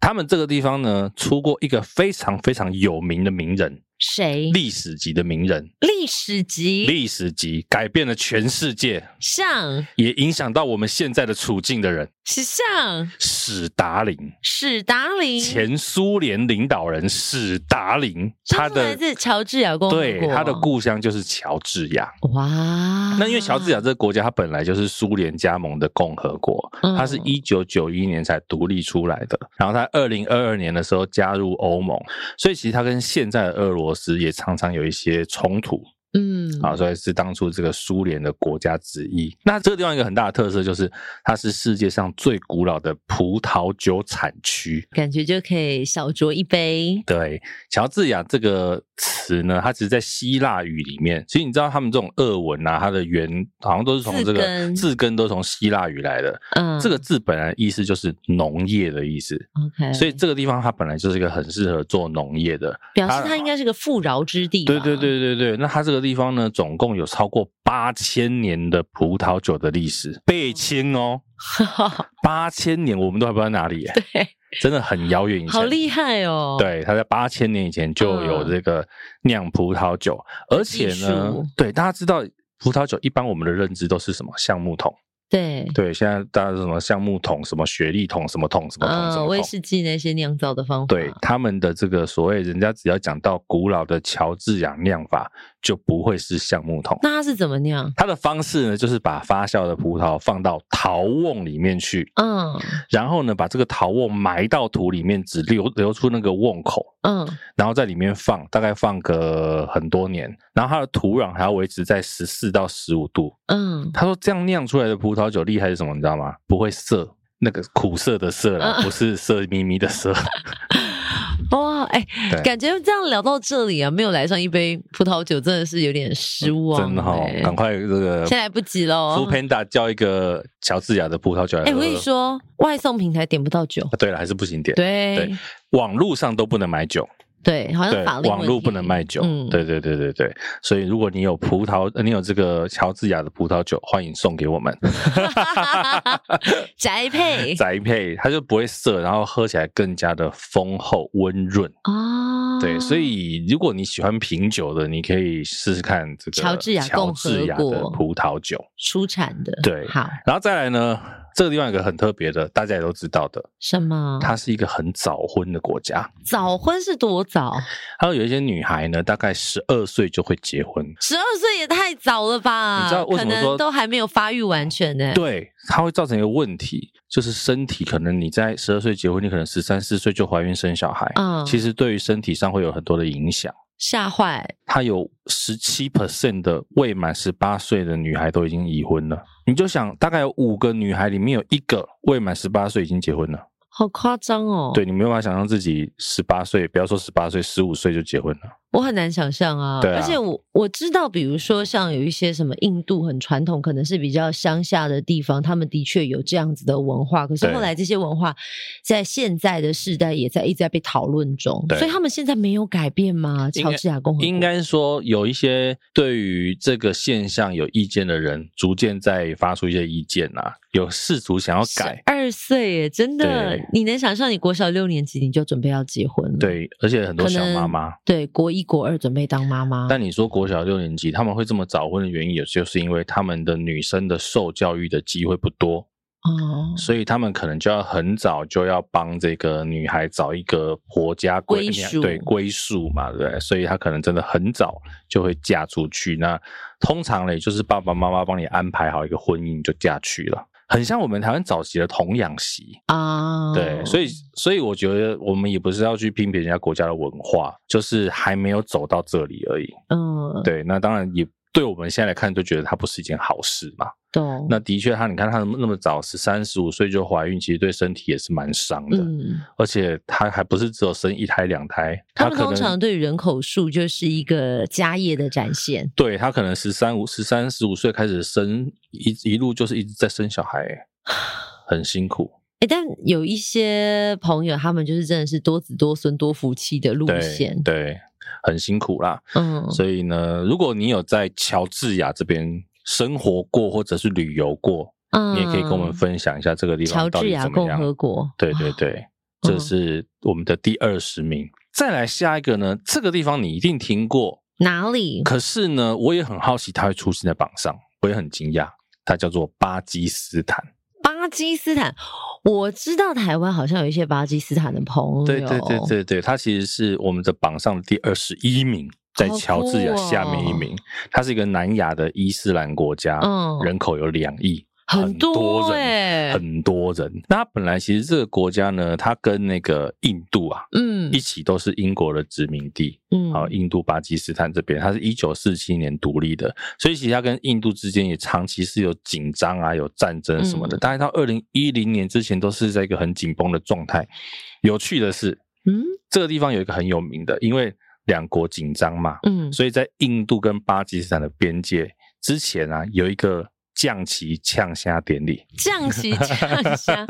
B: 他们这个地方呢，出过一个非常非常有名的名人，
C: 谁
B: 历史级的名人，
C: 历史级
B: 历史级改变了全世界，
C: 像
B: 也影响到我们现在的处境的人，
C: 是像
B: 史达林，
C: 史达林，
B: 前苏联领导人史达林，他
C: 他是来
B: 的
C: 自乔治亚共和国，啊
B: 对他的故乡就是乔治亚。
C: 哇，
B: 那因为乔治亚这个国家，它本来就是苏联加盟的共和国，
C: 嗯
B: 它是一九九一年才独立出来的，然后它二零二二年的时候加入欧盟，所以其实它跟现在的俄罗斯也常常有一些冲突。
C: 嗯，
B: 啊，所以是当初这个苏联的国家之一。那这个地方一个很大的特色就是，它是世界上最古老的葡萄酒产区。
C: 感觉就可以小酌一杯。
B: 对，乔治亚这个词呢，它其实在希腊语里面，其实你知道他们这种俄文啊，它的源好像都是从这
C: 字
B: 个
C: 根
B: 字根都从希腊语来的。
C: 嗯，
B: 这个字本来意思就是农业的意思，
C: OK，
B: 所以这个地方它本来就是一个很适合做农业的。
C: 表示
B: 它
C: 它应该是个富饶之地。
B: 对对，对对对，那它这个地方呢，总共有超过八千年的葡萄酒的历史，被千哦，八千年我们都还不知道哪里耶，
C: 对，
B: 真的很遥远以前。
C: 好厉害哦。，
B: 对，它在八千年以前就有这个酿葡萄酒，而且呢
C: 术，
B: 对大家知道葡萄酒一般我们的认知都是什么橡木桶，
C: 对，
B: 对，现在大家是什么橡木桶、什么雪莉桶、什么桶、什么桶、什
C: 嗯，
B: 么
C: 威
B: 桶。
C: 士忌那些酿造的方法。
B: 对他们的这个所谓，人家只要讲到古老的乔治亚酿法，就不会是橡木桶。
C: 那它是怎么酿？
B: 它的方式呢，就是把发酵的葡萄放到陶瓮里面去，
C: 嗯
B: 然后呢，把这个陶瓮埋到土里面，只留留出那个瓮口，
C: 嗯，
B: 然后在里面放，大概放个很多年，然后它的土壤还要维持在十四到十五度。
C: 嗯，
B: 他说这样酿出来的葡萄酒厉害是什么？你知道吗？不会涩。那个苦涩的涩啦，
C: 嗯
B: 不是涩咪咪的 涩。
C: 哇，哎、
B: 对
C: 感觉这样聊到这里啊，没有来上一杯葡萄酒，真的是有点失
B: 嗯
C: 望、
B: 真的哈、
C: 哎
B: 赶快这个
C: 现在来不及了哦
B: f o o Panda 叫一个乔治亚的葡萄酒来
C: 哎、
B: 喝。
C: 我跟你说，外送平台点不到酒
B: 啊，，对了，还是不行点。
C: 对
B: 对网络上都不能买酒，
C: 对，好像
B: 对
C: 法，令
B: 网
C: 问
B: 络
C: 题
B: 不能卖酒。
C: 嗯，
B: 对对对对对，所以如果你有葡萄，呃你有这个乔治亚的葡萄酒，欢迎送给我们。
C: 宅配
B: 宅配它就不会涩，然后喝起来更加的丰厚温润。
C: 哦，
B: 对，所以如果你喜欢品酒的，你可以试试看这个
C: 乔治亚
B: 乔
C: 共和
B: 治亚的
C: 国
B: 葡萄酒。
C: 出产的
B: 对
C: 好
B: 然后再来呢，这个地方有个很特别的，大家也都知道的，
C: 什么？
B: 它是一个很早婚的国家。
C: 早婚是多早？
B: 还有有一些女孩呢，大概十二岁就会结婚。
C: 十二岁也太早了吧？
B: 你知道为什么
C: 可
B: 说
C: 能都还没有发育完全呢、
B: 对，它会造成一个问题，就是身体可能你在十二岁结婚，你可能十三四岁就怀孕生小孩，
C: 嗯
B: 其实对于身体上会有很多的影响。
C: 吓坏
B: 它有十七 percent 的未满十八岁的女孩都已经已婚了，你就想大概有五个女孩里面有一个未满十八岁已经结婚了，
C: 好夸张哦！
B: 对，你没有办法想象自己十八岁，不要说十八岁，十五岁就结婚了，
C: 我很难想象啊，
B: 对啊
C: 而且我我知道，比如说像有一些什么印度很传统，可能是比较乡下的地方，他们的确有这样子的文化。可是
B: 对
C: 后来这些文化在现在的世代也在一直在被讨论中，
B: 对
C: 所以他们现在没有改变吗？
B: 应该
C: 乔治亚共和国
B: 应该说有一些对于这个现象有意见的人，逐渐在发出一些意见啊，有试图想要改。
C: 二岁耶，真的
B: 对，
C: 你能想象你国小六年级你就准备要结婚了？
B: 对，而且很多小妈妈。
C: 对，国一国二准备当妈妈，
B: 但你说国小六年级他们会这么早婚的原因，也就是因为他们的女生的受教育的机会不多，
C: 哦，
B: 所以他们可能就要很早就要帮这个女孩找一个婆家
C: 归属
B: 对归宿嘛，对不对？所以她可能真的很早就会嫁出去。那通常呢，也就是爸爸妈妈帮你安排好一个婚姻，你就嫁去了。很像我们台湾早期的童养媳，
C: 啊，
B: 对，所以所以我觉得我们也不是要去批评人家国家的文化，就是还没有走到这里而已。
C: 嗯，
B: 对，那当然也对我们现在来看，就觉得它不是一件好事嘛。
C: 懂，
B: 那的确，她你看她那么早，十三十五岁就怀孕，其实对身体也是蛮伤的。
C: 嗯。
B: 而且她还不是只有生一胎两胎，
C: 他
B: 她
C: 们
B: 可
C: 通常
B: 能
C: 对人口数就是一个家业的展现。
B: 对她可能十三五、十三十五岁开始生，一一路就是一直在生小孩、欸很辛苦。
C: 哎，但有一些朋友，他们就是真的是多子多孙多福气的路
B: 对
C: 线。
B: 对，很辛苦啦。
C: 嗯，
B: 所以呢，如果你有在乔治亚这边生活过或者是旅游过，
C: 嗯
B: 你也可以跟我们分享一下这个地
C: 乔
B: 方到
C: 治
B: 底
C: 亚
B: 怎么
C: 共
B: 样。
C: 和国。
B: 对对对，这是我们的第二十名。再来下一个呢，这个地方你一定听过，
C: 哪里？
B: 可是呢，我也很好奇它会出现在榜上，我也很惊讶。它叫做巴基斯坦，
C: 巴基斯坦。我知道台湾好像有一些巴基斯坦的朋友。
B: 对对对对对，它其实是我们的榜上的第二十一名，在乔治亚下面一名。它是一个南亚的伊斯兰国家，
C: 嗯
B: 人口有两亿，很多人，
C: 哎、
B: 很多人。那它本来其实这个国家呢，它跟那个印度啊
C: 嗯
B: 一起都是英国的殖民地，
C: 嗯
B: 啊，印度、巴基斯坦这边，它是一九四七年独立的，所以其实它跟印度之间也长期是有紧张啊、有战争什么的。
C: 嗯
B: 大概到二零一零年之前都是在一个很紧绷的状态。有趣的是，
C: 嗯
B: 这个地方有一个很有名的，因为两国紧张嘛，
C: 嗯，
B: 所以在印度跟巴基斯坦的边界之前啊，有一个降旗呛虾典礼。
C: 降旗降 下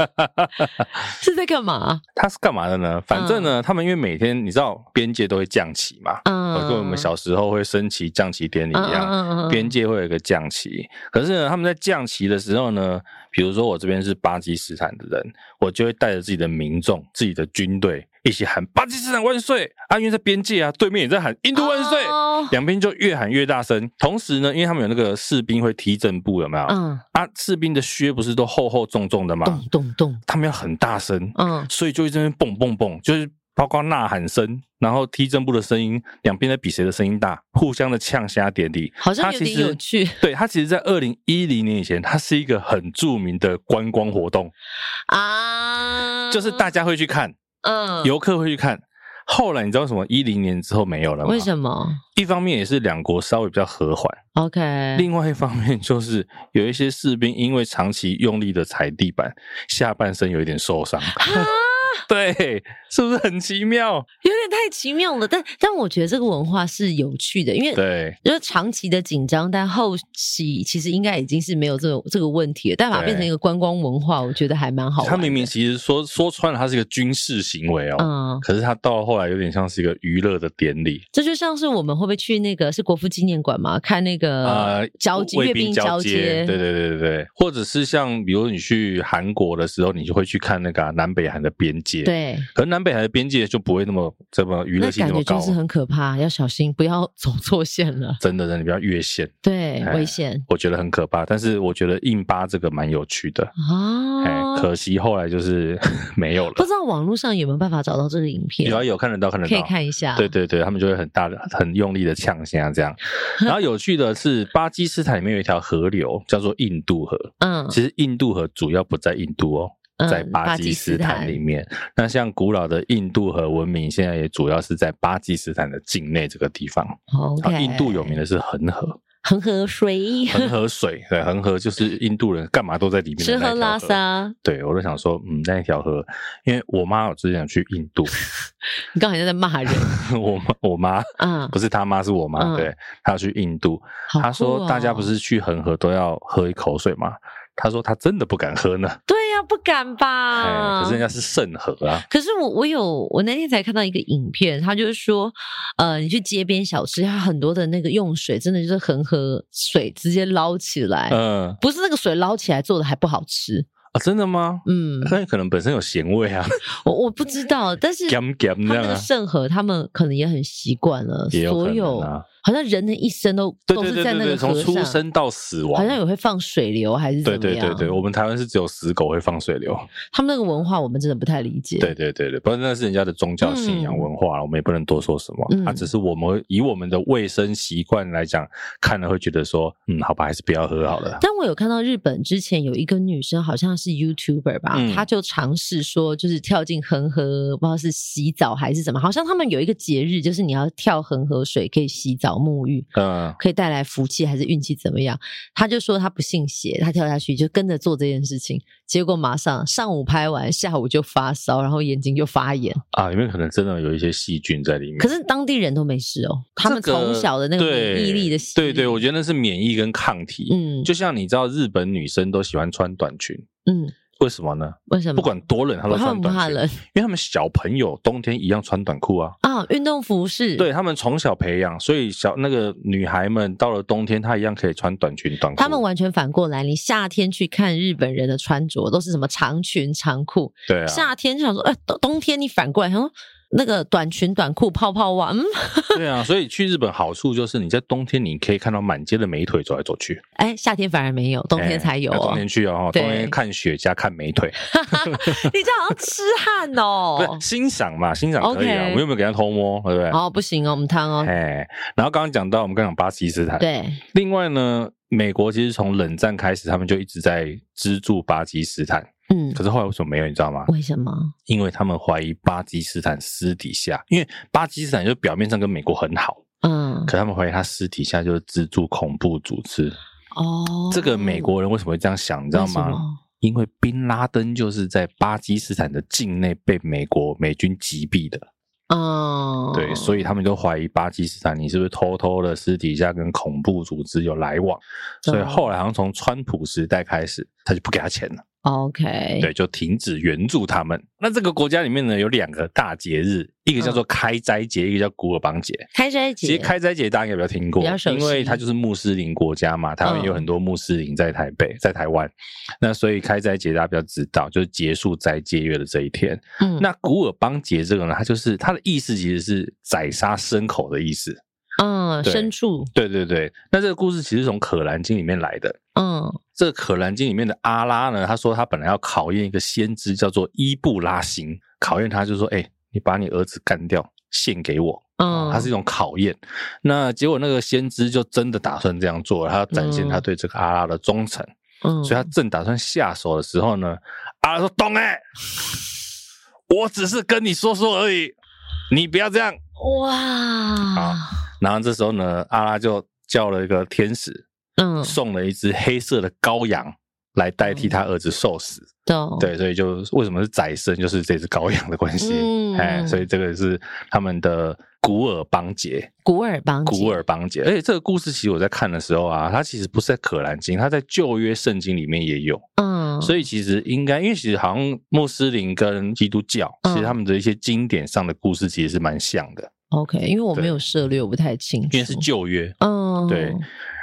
C: 是在干嘛？
B: 它是干嘛的呢？反正呢，他们因为每天你知道边界都会降旗嘛，
C: 嗯，
B: 呃跟我们小时候会升旗降旗典礼一样。
C: 样
B: 边界会有一个降旗，可是呢，他们在降旗的时候呢，比如说我这边是巴基斯坦的人，我就会带着自己的民众、自己的军队一起喊“巴基斯坦万岁”啊，因为在边界啊，对面也在喊“印度万岁”，
C: 哦
B: 两边就越喊越大声。同时呢，因为他们有那个士兵会踢正步，有没有？
C: 嗯，
B: 啊，士兵的靴不是都厚厚重重的吗？
C: 咚咚咚，
B: 他们要很大声，
C: 嗯
B: 所以就一直在那边蹦蹦蹦，就是包括呐喊声，然后踢正步的声音，两边在比谁的声音大，互相的呛瞎点滴。
C: 好像
B: 它
C: 有
B: 其
C: 点
B: 实
C: 有趣
B: 对，它其实，在二零一零年以前，它是一个很著名的观光活动，
C: 啊，
B: 就是大家会去看，
C: 嗯
B: 游客会去看。后来你知道为什么？一零年之后没有了吗？
C: 为什么
B: 一方面也是两国稍微比较和缓，
C: ？OK，
B: 另外一方面就是有一些士兵因为长期用力的踩地板，下半身有一点受伤。
C: 啊，
B: 对，是不是很奇妙？
C: 有点太奇妙了，但但我觉得这个文化是有趣的，因为
B: 对，
C: 就是长期的紧张，但后期其实应该已经是没有这个这个问题了，但把它
B: 对
C: 变成一个观光文化，我觉得还蛮好玩的。
B: 他明明其实说说穿了，它是一个军事行为哦，
C: 嗯，
B: 可是它到后来有点像是一个娱乐的典礼。
C: 这就像是我们会不会去那个是国父纪念馆嘛，看那个
B: 呃，
C: 交接
B: 卫
C: 阅兵
B: 交
C: 接，
B: 对对对对对，或者是像比如你去韩国的时候，你就会去看那个啊、南北韩的边界，，
C: 对
B: 可能南北韩的边界就不会那么这么娱乐
C: 那
B: 性
C: 感
B: 那
C: 觉
B: 么高啊
C: 就，是很可怕，要小心不要 走错线了，
B: 真的真的你不要越线，
C: 对，
B: 哎
C: 危险
B: 我觉得很可怕。但是我觉得印巴这个蛮有趣的，哎、
C: 啊！
B: 可惜后来就是 没有了
C: 不。知道网络上有没有办法找到这个影片
B: 有，啊有看得到看得
C: 可以
B: 到，
C: 看一下。
B: 对对对，他们就会很大的、很用力的呛虾这样。然后有趣的是，巴基斯坦里面有一条河流叫做印度河，
C: 嗯，
B: 其实印度河主要不在印度哦。
C: 嗯
B: 在巴基斯坦里面，那像古老的印度河文明，现在也主要是在巴基斯坦的境内这个地方。啊，
C: ，OK，
B: 印度有名的是恒河，
C: 恒河水，
B: 恒河水， 对，恒河就是印度人干嘛都在里面的
C: 吃
B: 那
C: 喝
B: 条
C: 拉
B: 河
C: 撒。
B: 对，我就想说，嗯，那一条河，因为我妈有之前有去印度，
C: 你刚才在骂人
B: 我妈我妈
C: 啊？
B: 不是他妈，是我妈。
C: 嗯
B: 对，她要去印度，
C: 好
B: 她
C: 酷
B: 说
C: 哦
B: 大家不是去恒河都要喝一口水吗？她说她真的不敢喝呢，
C: 对呀，不敢吧？
B: 哎，可是人家是圣河啊，
C: 可是我我有我那天才看到一个影片，他就是说，呃，你去街边小吃，它很多的那个用水真的就是恒河水直接捞起来，
B: 嗯
C: 不是那个水捞起来做的还不好吃。
B: 啊，真的吗？
C: 嗯，
B: 那可能本身有咸味 啊，
C: 我我不知道，但是
B: 咸咸
C: 他
B: 这
C: 们
B: 样
C: 的
B: 啊，
C: 圣河，他们可能也很习惯了，
B: 也有
C: 所
B: 可能
C: 有
B: 啊。
C: 好像人的一生都
B: 对
C: 都
B: 对
C: 是
B: 对
C: 在
B: 对
C: 那个
B: 对，从
C: 河
B: 出
C: 上，
B: 生到死亡，
C: 好像有会放水流还是怎
B: 对对
C: 么样？
B: 对对，我们台湾是只有死狗会放水流，
C: 他们那个文化我们真的不太理解。
B: 对，对对对，不过那是人家的宗教信仰
C: 嗯
B: 文化，我们也不能多说什么。
C: 嗯
B: 啊，只是我们会以我们的卫生习惯来讲，看了会觉得说，嗯，好吧，还是不要喝好了。
C: 但我有看到日本之前有一个女生，好像是 YouTuber 吧，
B: 嗯
C: 她就尝试说，就是跳进恒河，不知道是洗澡还是怎么，好像他们有一个节日，就是你要跳恒河水可以洗澡沐浴。
B: 嗯，
C: 可以带来福气还是运气怎么样？她就说她不信邪，她跳下去就跟着做这件事情，结果马上上午拍完，下午就发烧，然后眼睛就发炎。
B: 啊，里面可能真的有一些细菌在里面。
C: 可
B: 是
C: 是当地人都没事哦，他们
B: 这个
C: 从小的那个免疫力的洗礼
B: 对对对，我觉得那是免疫跟抗体。
C: 嗯
B: 就像你知道，日本女生都喜欢穿短裙，
C: 嗯，
B: 为什么呢？
C: 为什么？
B: 不管多冷，她都
C: 他
B: 穿
C: 们不
B: 短
C: 怕
B: 裙，
C: 冷
B: 因为他们小朋友冬天一样穿短裤啊。
C: 啊，运动服饰
B: 对他们从小培养，所以小那个女孩们到了冬天，她一样可以穿短裙短裤。
C: 他们完全反过来，你夏天去看日本人的穿着都是什么长裙长裤，
B: 对啊，
C: 夏天就想说，呃，冬冬天你反过来想说那个短裙短裤泡泡袜，嗯，
B: 对啊，所以去日本好处就是你在冬天你可以看到满街的美腿走来走去，
C: 哎，夏天反而没有，冬天才有
B: 哎要
C: 哦。
B: 冬天去哦，
C: 对
B: 冬天看雪茄看美腿，
C: 你这好像痴汉
B: 不
C: 哦
B: 是，欣赏嘛，欣赏可以啊，
C: OK
B: 我们又没有给他偷摸，对不对？哎
C: 哦，不行哦，我们汤哦，
B: 哎，然后刚刚讲到我们刚刚讲巴基斯坦，
C: 对，
B: 另外呢，美国其实从冷战开始，他们就一直在资助巴基斯坦，
C: 嗯，
B: 可是后来为什么没有？你知道吗？
C: 为什么？
B: 因为他们怀疑巴基斯坦私底下，因为巴基斯坦就表面上跟美国很好，
C: 嗯，
B: 可他们怀疑他私底下就是资助恐怖组织。
C: 哦，
B: 这个美国人为什么会这样想？你知道
C: 为什
B: 吗？
C: 么
B: 因为宾拉登就是在巴基斯坦的境内被美国美军击毙的，
C: 嗯，
B: 对，所
C: 以
B: 以他们就怀疑巴基斯坦你是不是偷偷的私底下跟恐怖组织有来往，所以
C: 嗯
B: 后来好像从川普时代开始，他就不给他钱了。
C: OK，
B: 对，就停止援助他们。那这个国家里面呢，有两个大节日，一个叫做开斋节，一个叫古尔邦节。
C: 开斋
B: 其
C: 嗯节
B: 实开斋节大家应该比较听过
C: 比较，熟悉
B: 因为它就是穆斯林国家嘛，台湾
C: 嗯
B: 也有很多穆斯林在台北、在台湾，那所以开斋节大家比较知道，就是结束斋戒月的这一天。
C: 嗯
B: 那古尔邦节这个呢，它就是它的意思其实是宰杀牲口的意思。
C: 嗯
B: 对
C: 牲畜
B: 对对对，那这个故事其实是从《可兰经》里面来的。
C: 嗯
B: 这个《可兰经》里面的阿拉呢，他说他本来要考验一个先知，叫做伊布拉欣，考验他就说：“哎、你把你儿子干掉，献给我。”哦
C: 嗯，
B: 它是一种考验。那结果那个先知就真的打算这样做，他要展现他
C: 嗯
B: 对这个阿拉的忠诚，
C: 嗯，
B: 所以他正打算下手的时候呢，阿拉说：“懂哎、我只是跟你说说而已，你不要这样。”
C: 哇，
B: 然后这时候呢，阿拉就叫了一个天使，
C: 嗯，哦
B: 送了一只黑色的羔羊来代替他儿子受死。
C: 懂，
B: 对，所以就为什么是宰牲，就是这只羔羊的关系。
C: 嗯
B: 哎，所以这个是他们的古尔邦节，
C: 古尔邦节
B: 古尔邦节。而且这个故事其实我在看的时候啊，它其实不是在《可兰经》，它在旧约圣经里面也有。
C: 嗯，
B: 所
C: 以
B: 以其实应该，因为其实好像穆斯林跟基督教，
C: 嗯
B: 其实他们的一些经典上的故事其实是蛮像的，
C: OK，因为我
B: 对
C: 没有涉猎，我不太清楚，
B: 因为是旧约。
C: 嗯
B: 对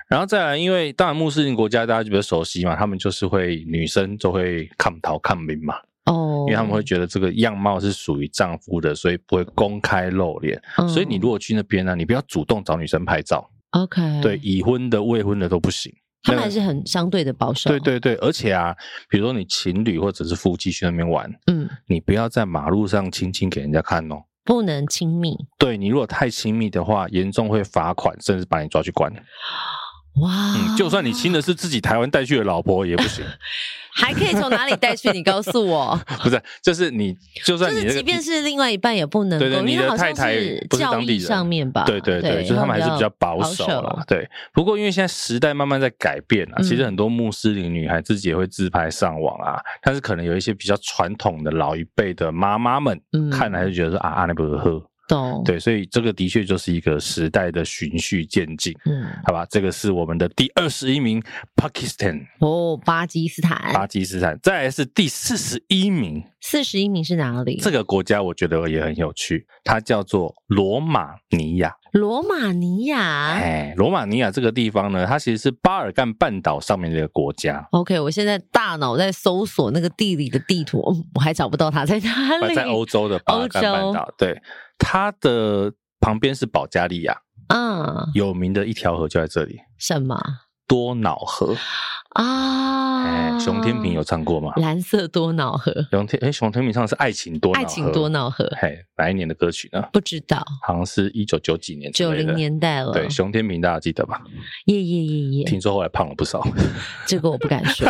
B: 然后再来，因为当然穆斯林国家大家就比较熟悉嘛，他们就是会女生就会抗逃抗兵嘛，
C: 哦，
B: 因为他们会觉得这个样貌是属于丈夫的，所以不会公开露脸。
C: 嗯，
B: 所以你如果去那边呢、你不要主动找女生拍照，
C: OK
B: 对，已婚的、未婚的都不行。
C: 他们
B: 那
C: 还是很相对的保守，
B: 对，对对，而且啊，比如说你情侣或者是夫妻去那边玩，
C: 嗯，
B: 你不要在马路上亲亲给人家看哦。
C: 不能亲密，
B: 对你如果太亲密的话，严重会罚款，甚至把你抓去关。
C: 哇，
B: 嗯，就算你亲的是自己台湾带去的老婆也不行。
C: 还可以从哪里带去？你告诉我，
B: 不是，就是你，就
C: 就
B: 算你那个，
C: 是即便是另外一半也不能够，
B: 对对，你
C: 因为
B: 的
C: 好
B: 太
C: 像
B: 太
C: 是
B: 不是
C: 教
B: 当地
C: 义
B: 人
C: 上面吧，
B: 对对对，就是他们还是比较保守啦。对，不过因为现在时代慢慢在改变啊，
C: 嗯
B: 其实很多穆斯林女孩自己也会自拍上网啊，但是可能有一些比较传统的老一辈的妈妈们，
C: 嗯
B: 看来就觉得说啊，阿那不喝，
C: 懂，，
B: 对，所以这个的确就是一个时代的循序渐进。
C: 嗯，
B: 好吧，这个是我们的第二十一名，Pakistan
C: 哦，巴基斯
B: 巴
C: 坦
B: 基斯坦，再来是第四十一名，
C: 四十一名是哪里？
B: 这个国家我觉得也很有趣，它叫做罗马尼亚。
C: 罗马尼亚。
B: 哎，罗马尼亚这个地方呢，它其实是巴尔干半岛上面的一个国家。
C: OK，我现在大脑在搜索那个地理的地图，嗯我还找不到它在哪里。
B: 呃在欧洲的巴尔干半岛，对，它的旁边是保加利亚，
C: 嗯，
B: 有名的一条河就在这里，
C: 什么
B: 多瑙河。哎
C: 啊？，
B: 熊天平有唱过吗？
C: 蓝色多瑙河、
B: 熊天哎，熊天平唱的是《爱情多瑙河》。哎
C: 爱情多。瑙河，
B: 嘿，哪一年的歌曲呢？
C: 不知道
B: 好像是一九九几年之
C: 九
B: 类的。
C: 零年代了。
B: 对，熊天平大家记得吧？
C: 耶耶耶耶，
B: 听说后来胖了不少。
C: 这个我不敢说。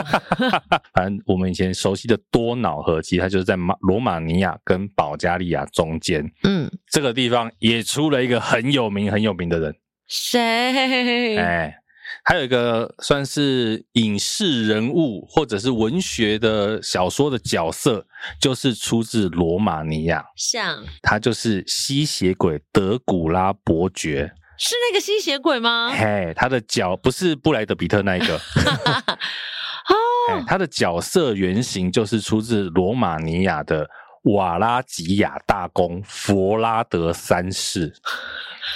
B: 反正我们以前熟悉的多瑙河，其实它就是在马罗马尼亚跟保加利亚中间。
C: 嗯，
B: 这个地方也出了一个很有名、很有名的人，
C: 谁？
B: 哎，还有一个算是影视人物或者是文学的小说的角色，就是出自罗马尼亚，
C: 像
B: 他就是吸血鬼德古拉伯爵。
C: 是那个吸血鬼吗？
B: 嘿，他的角不是布莱德比特那 一个。
C: 哦
B: 哎，他的角色原型就是出自罗马尼亚的瓦拉吉亚大公弗拉德三世。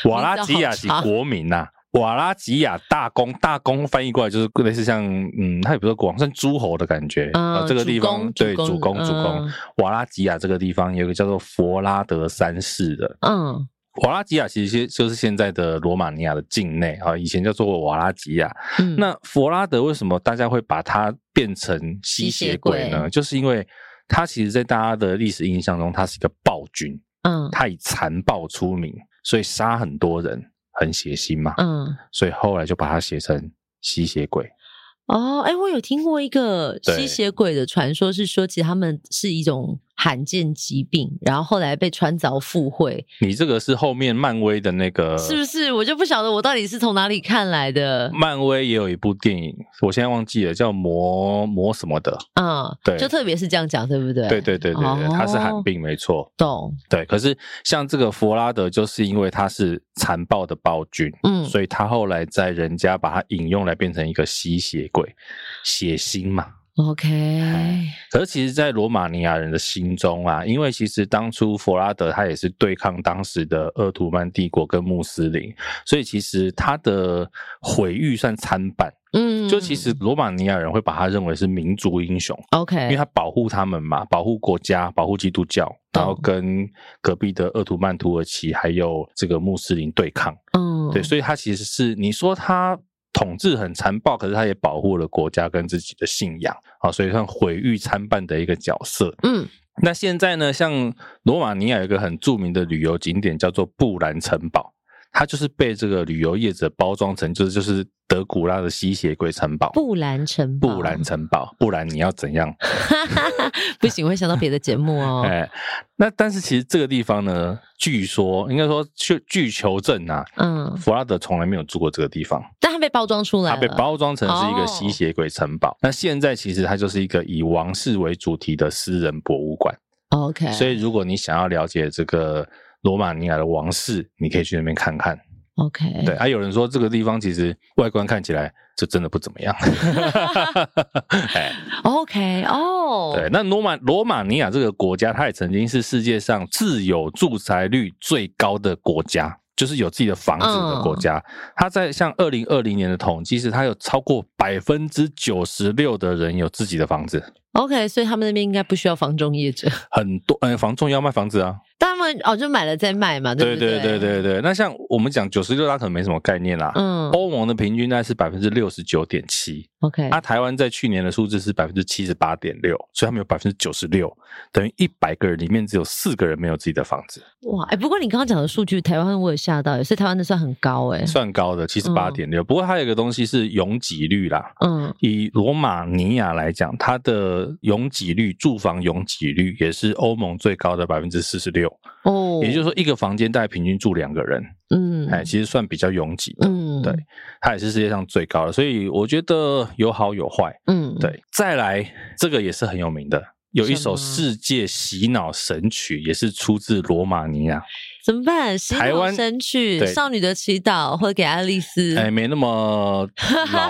B: 瓦拉吉亚是国名呐、瓦拉吉亚大公，大公翻译过来就是类似像，嗯，他也不是国王，算诸侯的感觉。
C: 嗯
B: 呃这个地
C: 主
B: 方
C: 公
B: 对
C: 主
B: 主
C: 公
B: 公主公
C: 嗯，
B: 瓦拉吉亚这个地方有一个叫做弗拉德三世的，
C: 嗯
B: 瓦拉吉亚其实就是现在的罗马尼亚的境内啊，以前叫做瓦拉吉亚。
C: 嗯，
B: 那弗拉德为什么大家会把它变成吸血鬼
C: 吸血
B: 呢？就是因为他其实，在大家的历史印象中，他是一个暴君，
C: 嗯
B: 他以残暴出名，所以杀很多人，很血腥嘛，
C: 嗯
B: 所以后来就把他写成吸血鬼。
C: 哦，哎，我有听过一个
B: 对
C: 吸血鬼的传说，是说其实他们是一种罕见疾病，然后后来被穿凿附会，
B: 你这个是后面漫威的那个，
C: 是不是？我就不晓得我到底是从哪里看来的。
B: 漫威也有一部电影，我现在忘记了，叫魔魔什么的。
C: 嗯，
B: 对
C: 就特别是这样讲，对不对？
B: 对对对对对，它是
C: 哦
B: 罕病，没错。
C: 懂，
B: 对，可是像这个弗拉德，就是因为他是残暴的暴君，
C: 嗯，
B: 所以他后来在人家把他引用来变成一个吸血鬼，血腥嘛。
C: OK，
B: 可是其实，在罗马尼亚人的心中啊，因为其实当初弗拉德他也是对抗当时的鄂图曼帝国跟穆斯林，所以其实他的毁誉算参半。
C: 嗯，
B: 就其实罗马尼亚人会把他认为是民族英雄，因为
C: OK，
B: 他保护他们嘛，保护国家，保护基督教，然后跟隔壁的鄂图曼土耳其还有这个穆斯林对抗。
C: 嗯，
B: 对，所以他其实是你说他统治很残暴，可是他也保护了国家跟自己的信仰啊，所以算毁誉参半的一个角色。
C: 嗯，
B: 那现在呢，像罗马尼亚有一个很著名的旅游景点叫做布兰城堡，它就是被这个旅游业者包装成就是就是德古拉的吸血鬼城堡。
C: 布兰城堡，
B: 布兰城堡，不然你要怎样？
C: 不行，我会想到别的节目哦。
B: 哎，那但是其实这个地方呢，据说应该说据据求证啊，
C: 嗯，
B: 弗拉德从来没有住过这个地方，
C: 但它被包装出来
B: 它被
C: 了，
B: 包装成是一
C: 嗯哦哎
B: 个吸血鬼城堡。那现在其实它就是一个以王室为主题的私人博物馆，
C: OK，
B: 所以如果你想要了解这个罗马尼亚的王室，你可以去那边看看。
C: OK，
B: 对，，啊，有人说这个地方其实外观看起来就真的不怎么 样。 哎，
C: OK，哦，
B: 对，，那罗马罗马尼亚这个国家，它也曾经是世界上自有住宅率最高的国家，就是有自己的房子的国家。它在像二零二零年的统计是，它有超过百分之九十六的人有自己的房子，
C: OK，所以他们那边应该不需要房中业者，
B: 很多呃房仲要卖房子啊。
C: 但他们哦就买了再卖嘛，
B: 对
C: 不
B: 对
C: 对
B: 对对对。那像我们讲九十六，它可能没什么概念啦。
C: 嗯
B: 欧盟的平均大概是百分之六十九点七，
C: ，OK，
B: 那台湾在去年的数字是百分之七十八点六，所以他们有百分之九十六，等于一百个人里面只有四个人没有自己的房子。
C: 哇，哎，不过你刚刚讲的数据，台湾我有吓到，所以台湾的算很高哎，
B: 算高的，七十八点六。不过它有一个东西是拥挤率啦。
C: 嗯
B: 以罗马尼亚来讲，它的拥挤率、住房拥挤率也是欧盟最高的百分之四十六，
C: 哦，
B: 也就是说一个房间大概平均住两个人，
C: 嗯
B: 哎，其实算比较拥挤的，
C: 嗯
B: 对它也是世界上最高的，所以我觉得有好有坏。
C: 嗯
B: 对，再来这个也是很有名的，有一首
C: 什么
B: 世界洗脑神曲，也是出自罗马尼亚，
C: 怎么办？洗
B: 台
C: 脑
B: 湾
C: 身去
B: 对
C: 少女的祈祷，或者给爱丽丝。
B: 哎，没那么老。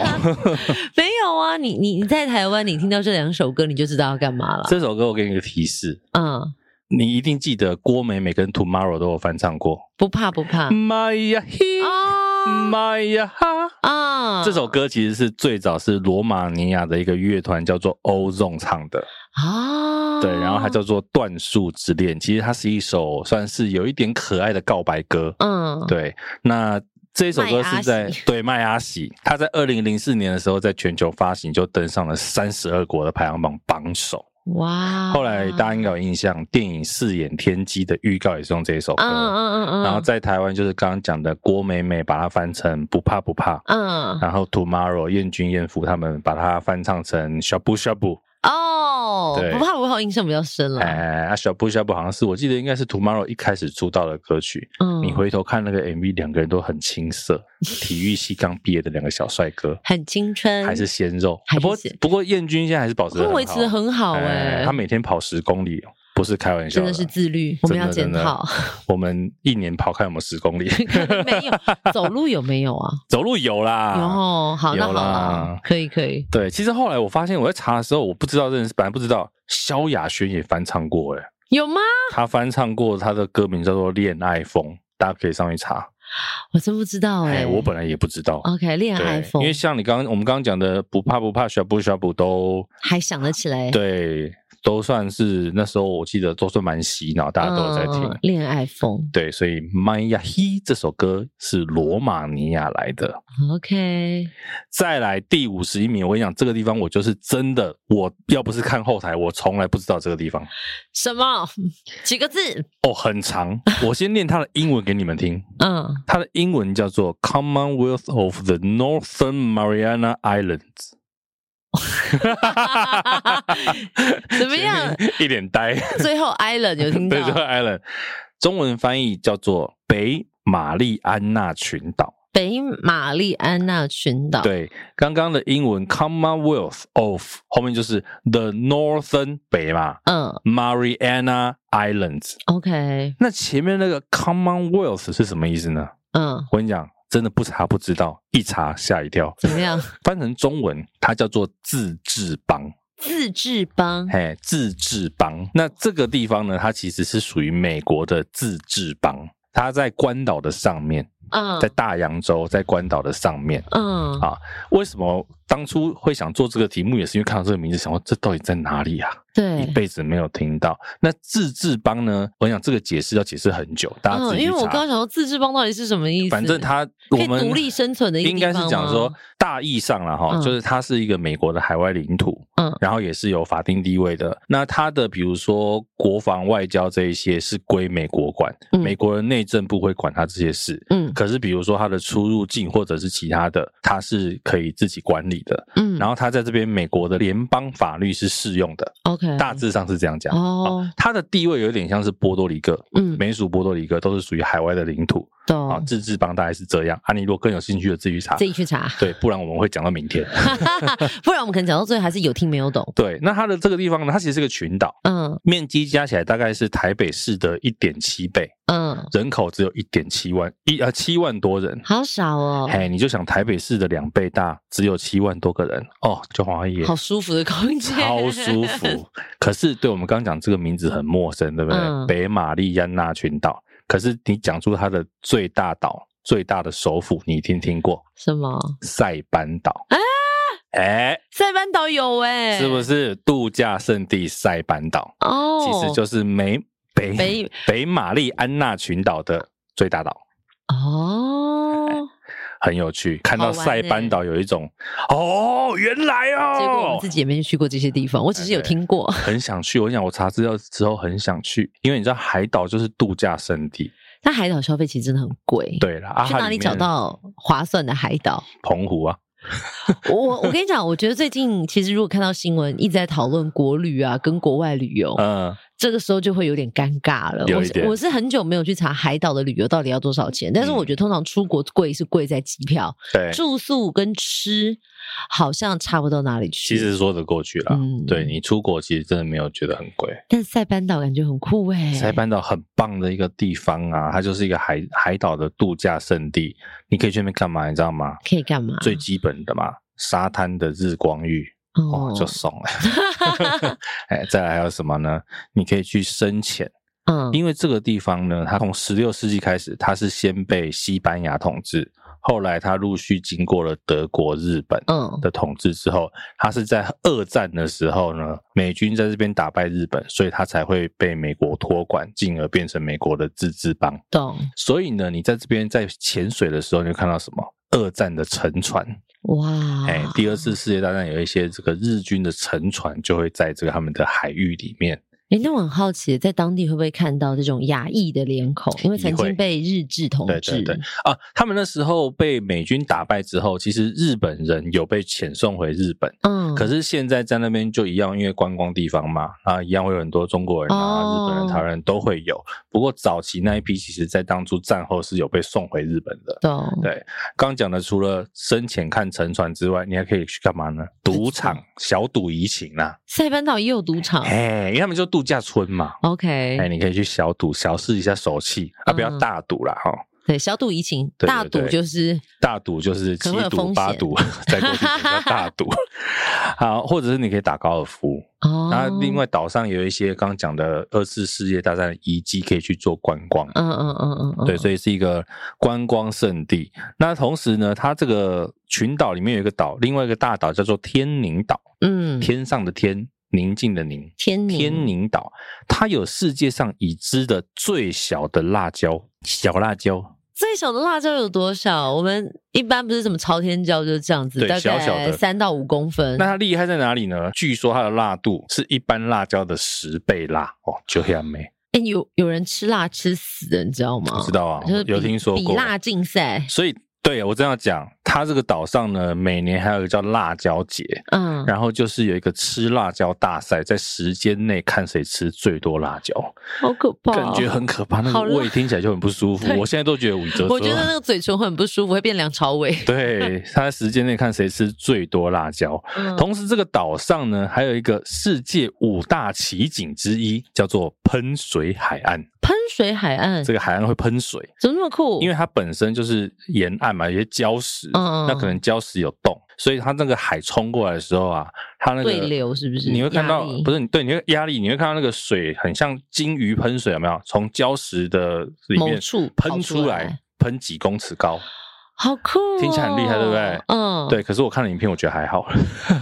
C: 没有啊，你你你在台湾，你听到这两首歌，你就知道要干嘛 了。
B: 这首歌我给你一个提示，
C: 嗯，
B: 你一定记得郭美美跟 Tomorrow 都有翻唱过。
C: 不怕不怕
B: 妈呀嘿，
C: 啊
B: 妈呀哈！
C: 啊！
B: 嗯这首歌其实是最早是罗马尼亚的一个乐团叫做 Ozone 唱的，
C: 啊，
B: 对，然后它叫做《断树之恋》，其实它是一首算是有一点可爱的告白歌。
C: 嗯，
B: 对，那这首歌是
C: 麦阿
B: 在
C: 喜
B: 对麦阿喜，他在二零零四年的时候在全球发行，就登上了三十二国的排行榜榜首。
C: 哇！
B: 后来大家应该有印象，电影《饰演天机》的预告也是用这一首歌。
C: 嗯嗯嗯嗯，
B: 然后在台湾就是刚刚讲的郭美美把它翻成不怕不怕，
C: 嗯
B: 然后 Tomorrow 燕君燕夫他们把它翻唱成小布小布，
C: 哦，
B: 对
C: 不怕不怕，我印象比较深了。
B: 哎，啊小布小布好像是我记得应该是 Tomorrow 一开始出道的歌曲。
C: 嗯，
B: 你回头看那个 MV，两个人都很青涩， 体育系刚毕业的两个小帅哥，
C: 很青春，
B: 还是鲜肉。
C: 嗯还是
B: 不过
C: 鲜
B: 不过燕君现在还是保持得很
C: 会
B: 好，
C: 维持的很
B: 哦
C: 好哎
B: 他，每天跑十公里，不是开玩笑
C: 真的是自律，我
B: 真
C: 们
B: 的
C: 要检
B: 真的
C: 讨，
B: 我们一年跑看有没有十公里，
C: 可能 没有走路有没有啊？
B: 走路有啦，
C: 有哦，好，那
B: 有
C: 好了
B: 啦，
C: 可以可以，
B: 对，其实后来我发现我在查的时候，我不知道这件事，本来不知道萧亚轩也翻唱过、欸，哎，
C: 有吗？
B: 他翻唱过他的歌名叫做《恋爱风》，大家可以上去查。
C: 我真不知道
B: 哎、
C: 哎，
B: 我本来也不知道。
C: OK 哦恋爱
B: 对，
C: 风
B: 因为像你刚刚我们刚刚讲的不怕不怕小布小布都
C: 哎还想得起来，
B: 对，都算是那时候我记得都算蛮洗脑，大家都有在听。
C: 嗯恋爱风。
B: 对，所以《Maya He》这首歌是罗马尼亚来的。
C: OK，
B: 再来第五十一名，我跟你讲，这个地方我就是真的，我要不是看后台，我从来不知道这个地方
C: 什么几个字？
B: 哦，很长。我先念它的英文给你们听，
C: 嗯，
B: 它的英文叫做《Commonwealth of the Northern Mariana Islands》。
C: 怎么样？啊
B: 一脸呆。
C: 最后 Island 有听
B: 对，这
C: 到
B: 个 island，中文翻译叫做北马里安纳群岛。
C: 北马里安纳群岛。，
B: 对，刚刚的英文 Commonwealth of 后面就是 the Northern 北嘛
C: 嗯
B: ，Mariana Islands。
C: ，OK，
B: 那前面那个 Commonwealth 是什么意思呢？
C: 嗯，
B: 我跟你讲，真的不查不知道，一查吓一跳。
C: 怎么样？
B: 翻成中文，它叫做自治邦。
C: 自治邦。
B: 嘿，自治邦。那这个地方呢，它其实是属于美国的自治邦，它在关岛的上面，
C: 嗯
B: 在大洋洲，在关岛的上面。
C: 嗯
B: 啊为什么当初会想做这个题目，也是因为看到这个名字，想说这到底在哪里啊？一
C: 对。
B: 辈子没有听到。那自治邦呢？我想这个解释要解释很久，大家自
C: 嗯，
B: 己
C: 因为
B: 去
C: 我刚
B: 查。
C: 刚想说自治邦到底是什么意思？
B: 反正它我
C: 可以
B: 们
C: 独立生存的一个
B: 应该是
C: 地方
B: 讲
C: 吗
B: 说大意上了哈，
C: 嗯
B: 就是它是一个美国的海外领土，
C: 嗯
B: 然后也是有法定地位的。那它的比如说国防、外交这一些是归美国管，
C: 嗯
B: 美国的内政部会管它这些事。
C: 嗯
B: 可是比如说它的出入境或者是其他的，它是可以自己管理的。
C: 嗯，
B: 然
C: 后
B: 后它在这边美国的联邦法律是适用的，
C: OK
B: 大致上是这样讲。
C: 嗯哦
B: 啊，它的地位有点像是波多黎各。
C: 嗯
B: 美属波多黎各都是属于海外的领土啊，
C: 懂，
B: 自治邦大概是这样。啊，你如果更有兴趣的，自己去查
C: 哦自。己去查，
B: 对，不然我们会讲到明天。
C: 不然我们可能讲到最后还是有听没有懂。
B: 对，那它的这个地方呢，它其实是个群岛，
C: 嗯
B: 面积加起来大概是台北市的一点七倍，
C: 嗯，
B: 人口只有一点七万一啊七万多人。
C: 好少哦，
B: 嘿，你就想台北市的两倍大，只有七万多个人哦，就黄阿姨
C: 好舒服的空间，
B: 超舒服。可是对我们刚刚讲这个名字很陌生，对不对？
C: 嗯
B: 北马里安纳群岛，可是你讲出它的最大岛、最大的首府，你一定听过
C: 什么？
B: 塞班岛
C: 啊
B: 哎、
C: 塞班岛有哎、
B: 是不？是度假胜地塞班岛？
C: 哦，
B: 其实就是美北
C: 北
B: 北马里安纳群岛的最大岛，
C: 哦，
B: 很有趣。看到
C: 好玩
B: 塞班
C: 欸
B: 岛有一种哦，原来
C: 结果我们
B: 哦
C: 自，己也没去过这些地方，我只是有听过。
B: 很想去。我想我查资料之后很想去，因为你知道海岛就是度假胜地。
C: 但海岛消费其实真的很贵，，
B: 对了，啊，
C: 去
B: 它
C: 哪里
B: 面
C: 找到划算的海 岛？
B: 澎湖啊？
C: 我我我跟你讲，我觉得最近其实如果看到新闻一直在讨论国旅啊，跟国外旅游，
B: 嗯，
C: 这个时候就会有点尴尬了。
B: 有
C: 我
B: 一点
C: 是我是很久没有去查海岛的旅游到底要多少钱，但是
B: 嗯
C: 我觉得通常出国贵是贵在机票、
B: 对，
C: 住宿跟吃，好像差不到哪里去。
B: 其实说得过去啦。
C: 嗯
B: 对你出国其实真的没有觉得很贵。
C: 但塞班岛感觉很酷哎、
B: 塞班岛很棒的一个地方啊，它就是一个海海岛的度假胜地，你可以去那边干嘛？你知道吗？
C: 可以干嘛？
B: 最基本的嘛，沙滩的日光浴哦
C: 哦，
B: 就爽了。 哎，再来还有什么呢？你可以去深潜，
C: 嗯
B: 因为这个地方呢，它从十六世纪开始，它是先被西班牙统治，后来它陆续经过了德国、日本。
C: 嗯
B: 的统治之后，它是在二战的时候呢，美军在这边打败日本，所以它才会被美国托管，进而变成美国的自治邦。
C: 懂
B: 所以呢，你在这边在潜水的时候，你就看到什么？二战的沉船，
C: 啊哇，
B: 哎、第二次世界大战有一些这个日军的沉船就会在这个他们的海域里面。
C: 哎，那我很好奇，在当地会不会看到这种亚裔的脸孔？因为曾
B: 也会
C: 经被日治统
B: 对对
C: 治，
B: 对啊，他们那时候被美军打败之后，其实日本人有被遣送回日本，
C: 嗯，
B: 可是现在在那边就一样，因为观光地方嘛，啊，一样会有很多中国人啊、
C: 哦
B: 日本人、台湾人都会有。不过早期那一批，其实在当初战后是有被送回日本的。
C: 懂
B: 对刚讲的除了深潜看沉船之外，你还可以去干嘛呢？赌场小赌怡情啦、
C: 塞班岛也有赌场
B: 哎，因为他们就度假村嘛。
C: ，OK，
B: 哎，你可以去小赌，小试一下手气啊，不要
C: 嗯
B: 大赌啦哈、
C: 对，小赌怡情，
B: 对对
C: 大赌
B: 对
C: 就是
B: 大赌就是七
C: 可能会有
B: 赌
C: 风
B: 八
C: 险
B: 赌， 在国际上叫大 赌。好，或者是你可以打高尔夫，
C: 哦，
B: 然后另外岛上有一些刚刚讲的二次世界大战的遗迹可以去做观光，
C: 嗯，嗯嗯嗯嗯，
B: 对，所以是一个观光胜地。那同时呢，它这个群岛里面有一个岛，另外一个大岛叫做天宁岛，
C: 嗯，
B: 天上的天，宁静的宁，
C: 天宁
B: 天宁岛，它有世界上已知的最小的辣椒，小辣椒，
C: 最小的辣椒有多少？我们一般不是什么朝天椒就是这样子，
B: 对
C: 大
B: 小小
C: 概
B: 的
C: 三到五公分
B: 那。它厉害在哪里呢？据说它的辣度是一般辣椒的十倍辣哦，就黑暗妹，
C: 哎、有有人吃辣吃死的，你知道吗？
B: 我知道啊
C: 嗯就是，比
B: 有听说
C: 比
B: 过。
C: 辣竞赛，
B: 所以，对我这样讲，它这个岛上呢，每年还有一个叫辣椒节，
C: 嗯，
B: 然后就是有一个吃辣椒大赛，在时间内看谁吃最多辣椒，
C: 好可怕、哦
B: 感觉。很可怕，那
C: 好
B: 个
C: 辣
B: 胃听起来就很不舒 服
C: 对。
B: 我现在都觉得五折。
C: 我觉 得那个嘴唇会很不舒服，会变梁朝伟。
B: 对，他在时间内看谁吃最多辣椒。
C: 嗯
B: 同时，这个岛上呢，还有一个世界五大奇景之一，叫做喷水海岸。
C: 喷水海岸
B: 这个海岸会喷水，
C: 怎么那么酷？
B: 因为它本身就是沿岸嘛，有些礁石，
C: 嗯
B: 那可能礁石有洞，所以它那个海冲过来的时候啊，它那个
C: 对流是不是
B: 你会看到
C: 压力
B: 不是你对，你会压力，你会看到那个水很像金鱼喷水，有没有？从礁石的里
C: 某
B: 面
C: 处跑
B: 喷
C: 出
B: 出
C: 来
B: 来，喷几公尺高。
C: 好酷、哦，
B: 听起来很厉害对不对
C: 嗯，
B: 对，可是我看了影片，我觉得还好。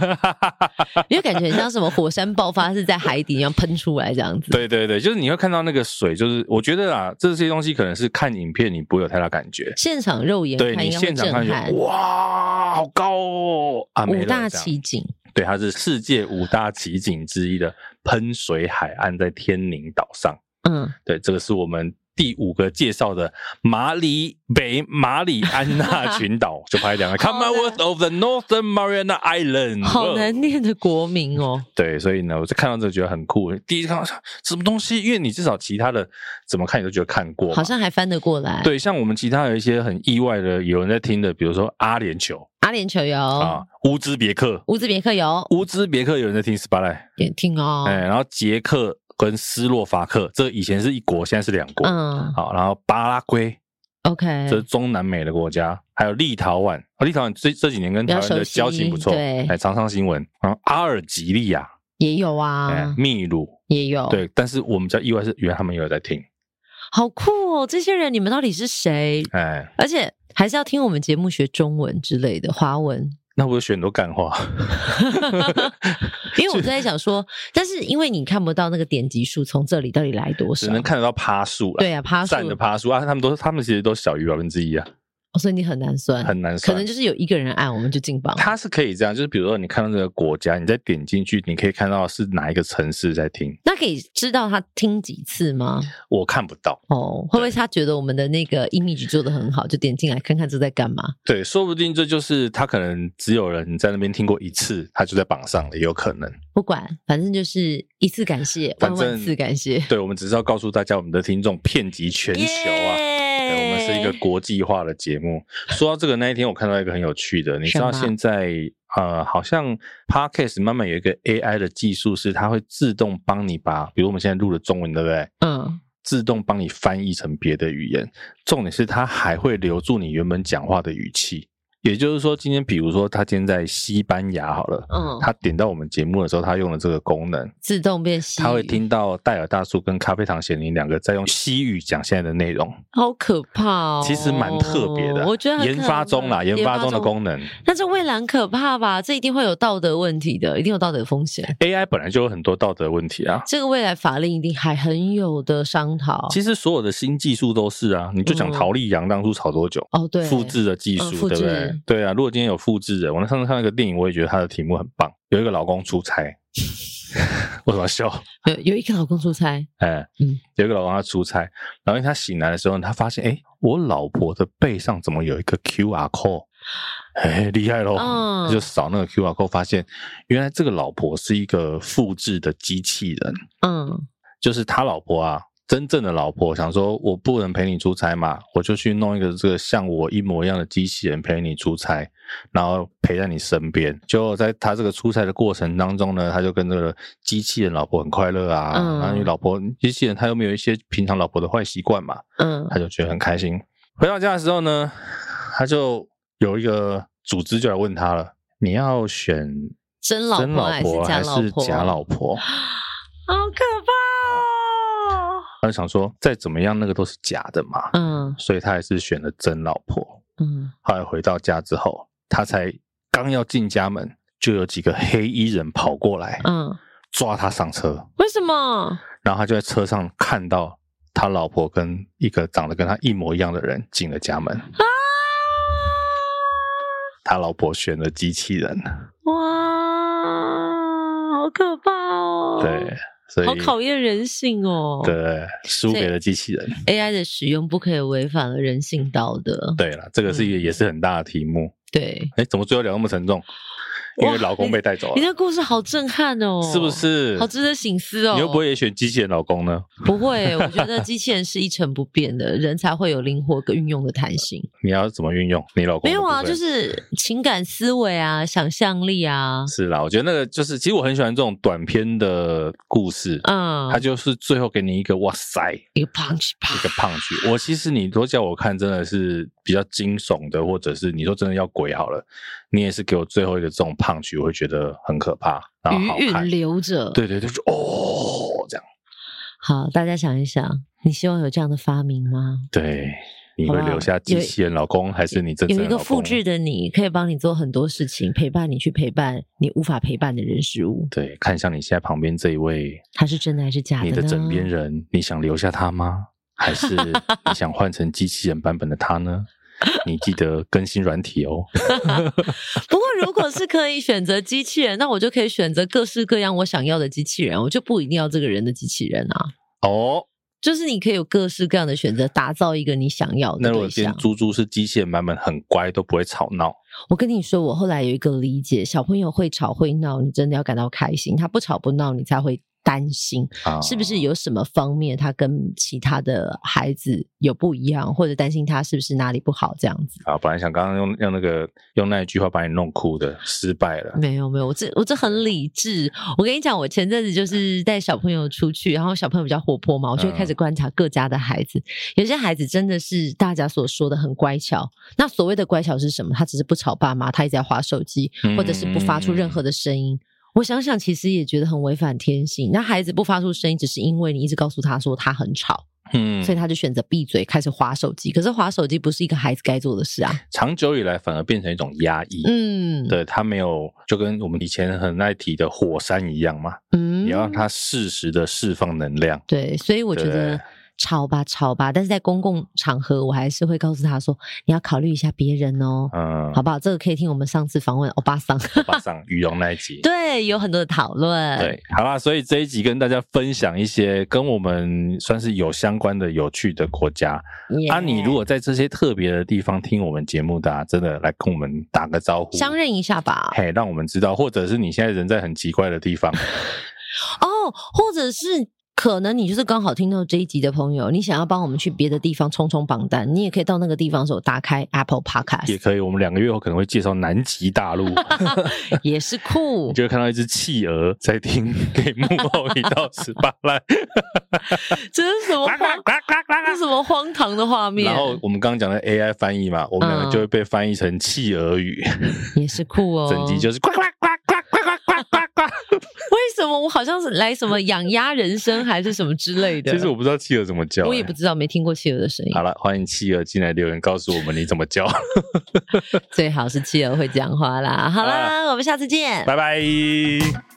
C: 因为感觉很像什么火山爆发是在海底一样喷出来这样子。
B: 对对对，就是你会看到那个水，就是我觉得啊，这些东西可能是看影片你不会有太大感觉，
C: 现场肉眼
B: 对
C: 看
B: 你
C: 应该会
B: 现场
C: 震
B: 看就
C: 撼。
B: 哇，好高哦啊！没
C: 五
B: 了
C: 大
B: 这样
C: 奇景，
B: 对，它是世界五大奇景之一的喷水海岸，在天宁岛上。
C: 嗯，
B: 对，这个是我们第五个介绍的马里北马里安纳群岛，就拍两个
C: 好难
B: Commonwealth of the Northern Mariana Islands。
C: 好
B: 哇
C: 难念的国名 哦。
B: 对，所以呢，我就看到这个觉得很酷。第一次看到什么东西，因为你至少其他的怎么看你都觉得看过嘛，
C: 好像还翻得过来。，
B: 对，像我们其他有一些很意外的，有人在听的，比如说阿联酋、
C: 阿联酋有，
B: 啊、乌兹别克、
C: 乌兹别克有，
B: 乌兹别克有人在听 s p a l i
C: 也听哦。
B: 哎，然后捷克跟斯洛伐克，这以前是一国，现在是两国。
C: 嗯
B: 好，然后巴拉圭，
C: ，OK，
B: 这是中南美的国家，还有立陶宛，哦、立陶宛这这几年跟台湾
C: 比较熟
B: 的
C: 悉
B: 交情不错，
C: 对
B: 哎，常上新闻。然后阿尔及利亚，
C: 也有
B: 哎
C: 啊，，
B: 秘鲁，
C: 也有。，
B: 对，但是我们比较意外是，原来他们也有在听，
C: 好酷哦！这些人你们到底是谁？
B: 哎，
C: 而且还是要听我们节目学中文之类的华文，
B: 那我就选很多干话，
C: 因为我在想说，但是因为你看不到那个点击数从这里到底来多少
B: 只，能看得到趴数了。
C: 啊对啊，趴数
B: 站，的趴数啊，他们都他们其实都小于百分之一啊，
C: 哦所以你很难算，
B: 很难
C: 可
B: 算
C: 能。就是有一个人按我们就进榜了。
B: 它是可以这样，就是比如说你看到这个国家，你再点进去，你可以看到是哪一个城市在听，
C: 那可以知道他听几次吗？
B: 我看不到。
C: 哦，会不会他觉得我们的那个 image 做的很好，就点进来看看这在干嘛？
B: 对，说不定这就是他可能只有人在那边听过一次，他就在榜上了，也有可能。
C: 不管，反正就是一次感谢，
B: 反
C: 万
B: 正
C: 万次感谢，
B: 对，我们只是要告诉大家，我们的听众遍及全球啊。对我们是一个国际化的节目。说到这个，那一天我看到一个很有趣的，你知道
C: 什么
B: 现在呃，好像 podcast 慢慢有一个 AI 的技术，是它会自动帮你把，比如我们现在录的中文，对不对？
C: 嗯，
B: 自动帮你翻译成别的语言。重点是它还会留住你原本讲话的语气。也就是说，今天比如说他今天在西班牙好了，
C: 嗯
B: 他点到我们节目的时候，他用了这个功能，
C: 自动变西语，
B: 他会听到戴尔大叔跟咖啡糖贤玲两个在用西语讲现在的内容，
C: 好可怕哦！
B: 其实蛮特别的。
C: 我觉得很可
B: 研发中啦，
C: 怕
B: 研发中的功能
C: 但这未来很可怕吧？这一定会有道德问题的，一定有道德风险。
B: ，AI 本来就有很多道德问题啊。
C: 这个未来法令一定还很有的商讨。
B: 其实所有的新技术都是啊，你就
C: 哦嗯
B: 讲陶丽阳当初炒多久，
C: 哦，对，
B: 复制的技
C: 嗯
B: 术，
C: 复
B: 对不对
C: 制？
B: 对啊，如果今天有复制人，我那上次看那个电影，我也觉得他的题目很棒，有一个老公出 差，为什么要笑？
C: 有有一个老公出差，
B: 哎，
C: 嗯
B: 有一个老公他出差，然后他醒来的时候，他发现，哎，我老婆的背上怎么有一个 QR code？哎，厉害喽！
C: 嗯
B: 就扫那个 QR code，发现原来这个老婆是一个复制的机器人，
C: 嗯
B: 就是他老婆啊，真正的老婆想说，我不能陪你出差嘛，我就去弄一个这个像我一模一样的机器人陪你出差，然后陪在你身边。结果在他这个出差的过程当中呢，他就跟这个机器人老婆很快乐啊，
C: 嗯
B: 然后你老婆机器人他又没有一些平常老婆的坏习惯嘛，
C: 嗯
B: 他就觉得很开心。回到家的时候呢，他就有一个组织就来问他了，你要选
C: 真老
B: 真
C: 婆还
B: 老
C: 是
B: 婆
C: 假
B: 还
C: 老
B: 是
C: 婆
B: 假老婆？
C: 好可怕哦！
B: 他就想说，再怎么样那个都是假的嘛，
C: 嗯
B: 所以他还是选了真老婆。
C: 嗯，
B: 后来回到家之后，他才刚要进家门，就有几个黑衣人跑过来，
C: 嗯，
B: 抓他上车，
C: 为什么？
B: 然后他就在车上看到他老婆跟一个长得跟他一模一样的人进了家 门。他老婆选了机器人，
C: 哇，好可怕哦！
B: 对，，所以
C: 好考验人性哦。
B: 对输
C: 所以
B: 给了机器人。
C: AI 的使用不可以违反了人性道德。
B: 对了，这个
C: 嗯
B: 是一个也是很大的题目。
C: 对，
B: 哎，怎么最后聊那么沉重？因为老公被带走
C: 你
B: 了，
C: 的故事好震撼哦，
B: 是不？是？
C: 好值得省思哦。
B: 你会不会也选机器人老公呢？
C: 不会，我觉得机器人是一成不变的，人才会有灵活跟运用的弹性。
B: 你要怎么运用你老公的部分？
C: 没有啊，就是情感思维啊，想象力啊，
B: 是啦，我觉得那个就是，其实我很喜欢这种短篇的故事，
C: 嗯
B: 它，就是最后给你一个哇塞一
C: 一个 punch 吧。
B: 个胖 剧。我其实你都叫我看，真的是比较惊悚的，或者是你说真的要鬼好了，你也是给我最后一个这种胖剧，我会觉得很可怕，然后好
C: 余
B: 看
C: 韵。留着。，
B: 对对对，就哦这样，
C: 好，大家想一想，你希望有这样的发明吗？
B: 对，你
C: 好
B: 会
C: 不好
B: 留下机器人老公，还是你真正
C: 有
B: 的
C: 一个
B: 老
C: 复
B: 公
C: 制的你，可以帮你做很多事情，陪伴你去陪伴你无法陪伴的人事物。
B: 对，看向你现在旁边这一位，
C: 他是真的还是假的
B: 你的
C: 呢
B: 枕边人，你想留下他 吗？还是你想换成机器人版本的他呢？你记得更新软体 哦。
C: 不过，如果是可以选择机器人，那我就可以选择各式各样我想要的机器人，我就不一定要这个人的机器人啊。
B: 哦，
C: 就是你可以有各式各样的选择，打造一个你想要
B: 那
C: 的
B: 如果
C: 对
B: 今天
C: 象。
B: 猪猪是机器人版本，很乖，都不会吵闹。
C: 我跟你说，我后来有一个理解，小朋友会吵会闹，你真的要感到开心；他不吵不闹，你才会担心
B: 啊
C: 是不是有什么方面他跟其他的孩子有不一样，或者担心他是不是哪里不好这样子。
B: 啊，本来想刚刚用用那个用那一句话把你弄哭的，失败了。
C: 没有没有，我这我这很理智。我跟你讲，我前阵子就是带小朋友出去，然后小朋友比较活泼嘛，我就会开始观察各家的孩子。有些孩子真的是大家所说的很乖巧。那所谓的乖巧是什么？他只是不吵爸妈，他一直在划手机，
B: 嗯
C: 或者是不发出任何的声音。我想想，其实也觉得很违反天性。那孩子不发出声音，只是因为你一直告诉他说他很吵，
B: 嗯
C: 所以他就选择闭嘴，开始划手机。可是划手机不是一个孩子该做的事啊。
B: 长久以来反而变成一种压抑。
C: 嗯，，
B: 对他没有，就跟我们以前很爱提的火山一样嘛，
C: 嗯
B: 你要让他适时的释放能量。
C: 对，所以我觉
B: 对
C: 得吵吧吵吧，但是在公共场合，我还是会告诉他说，你要考虑一下别人哦，
B: 嗯，
C: 好不好？这个可以听我们上次访问欧巴 桑，
B: 巴上羽绒那一 集。
C: 对，有很多的讨论。
B: 对，好啦，所以这一集跟大家分享一些跟我们算是有相关的有趣的国家。
C: Yeah，
B: 啊，你如果在这些特别的地方听我们节目的、啊，真的来跟我们打个招呼，
C: 相认一下吧，
B: 嘿，让我们知道，或者是你现在人在很奇怪的地 方，
C: 哦，或者是。可能你就是刚好听到这一集的朋友，你想要帮我们去别的地方冲冲榜单，你也可以到那个地方的时候打开 Apple
B: 也
C: Podcast，
B: 可以。我们两个月后可能会介绍南极大 陆，
C: 也是酷
B: 你。就会看到一只企鹅在听给幕后一 道十八烂，
C: 这是什 么
B: 呱呱
C: 荒？
B: 呱呱呱
C: 这是什么荒唐的画面嗯
B: 然？后我们刚刚讲的 AI 翻译嘛，我们两个就会被翻译成企鹅语，
C: 也是酷哦。
B: 整集就是呱呱呱呱呱呱呱呱呱。
C: 为什么我好像是来什么养鸭人参还是什么之类的？
B: 其实我不知道企鹅怎么叫、欸
C: 我也不知道，没听过企鹅的声音
B: 欸。好。了，欢迎企鹅进来留言告诉我们你怎么 叫，
C: 最好是企鹅会讲话啦。好啦，我们下次见。
B: 拜拜。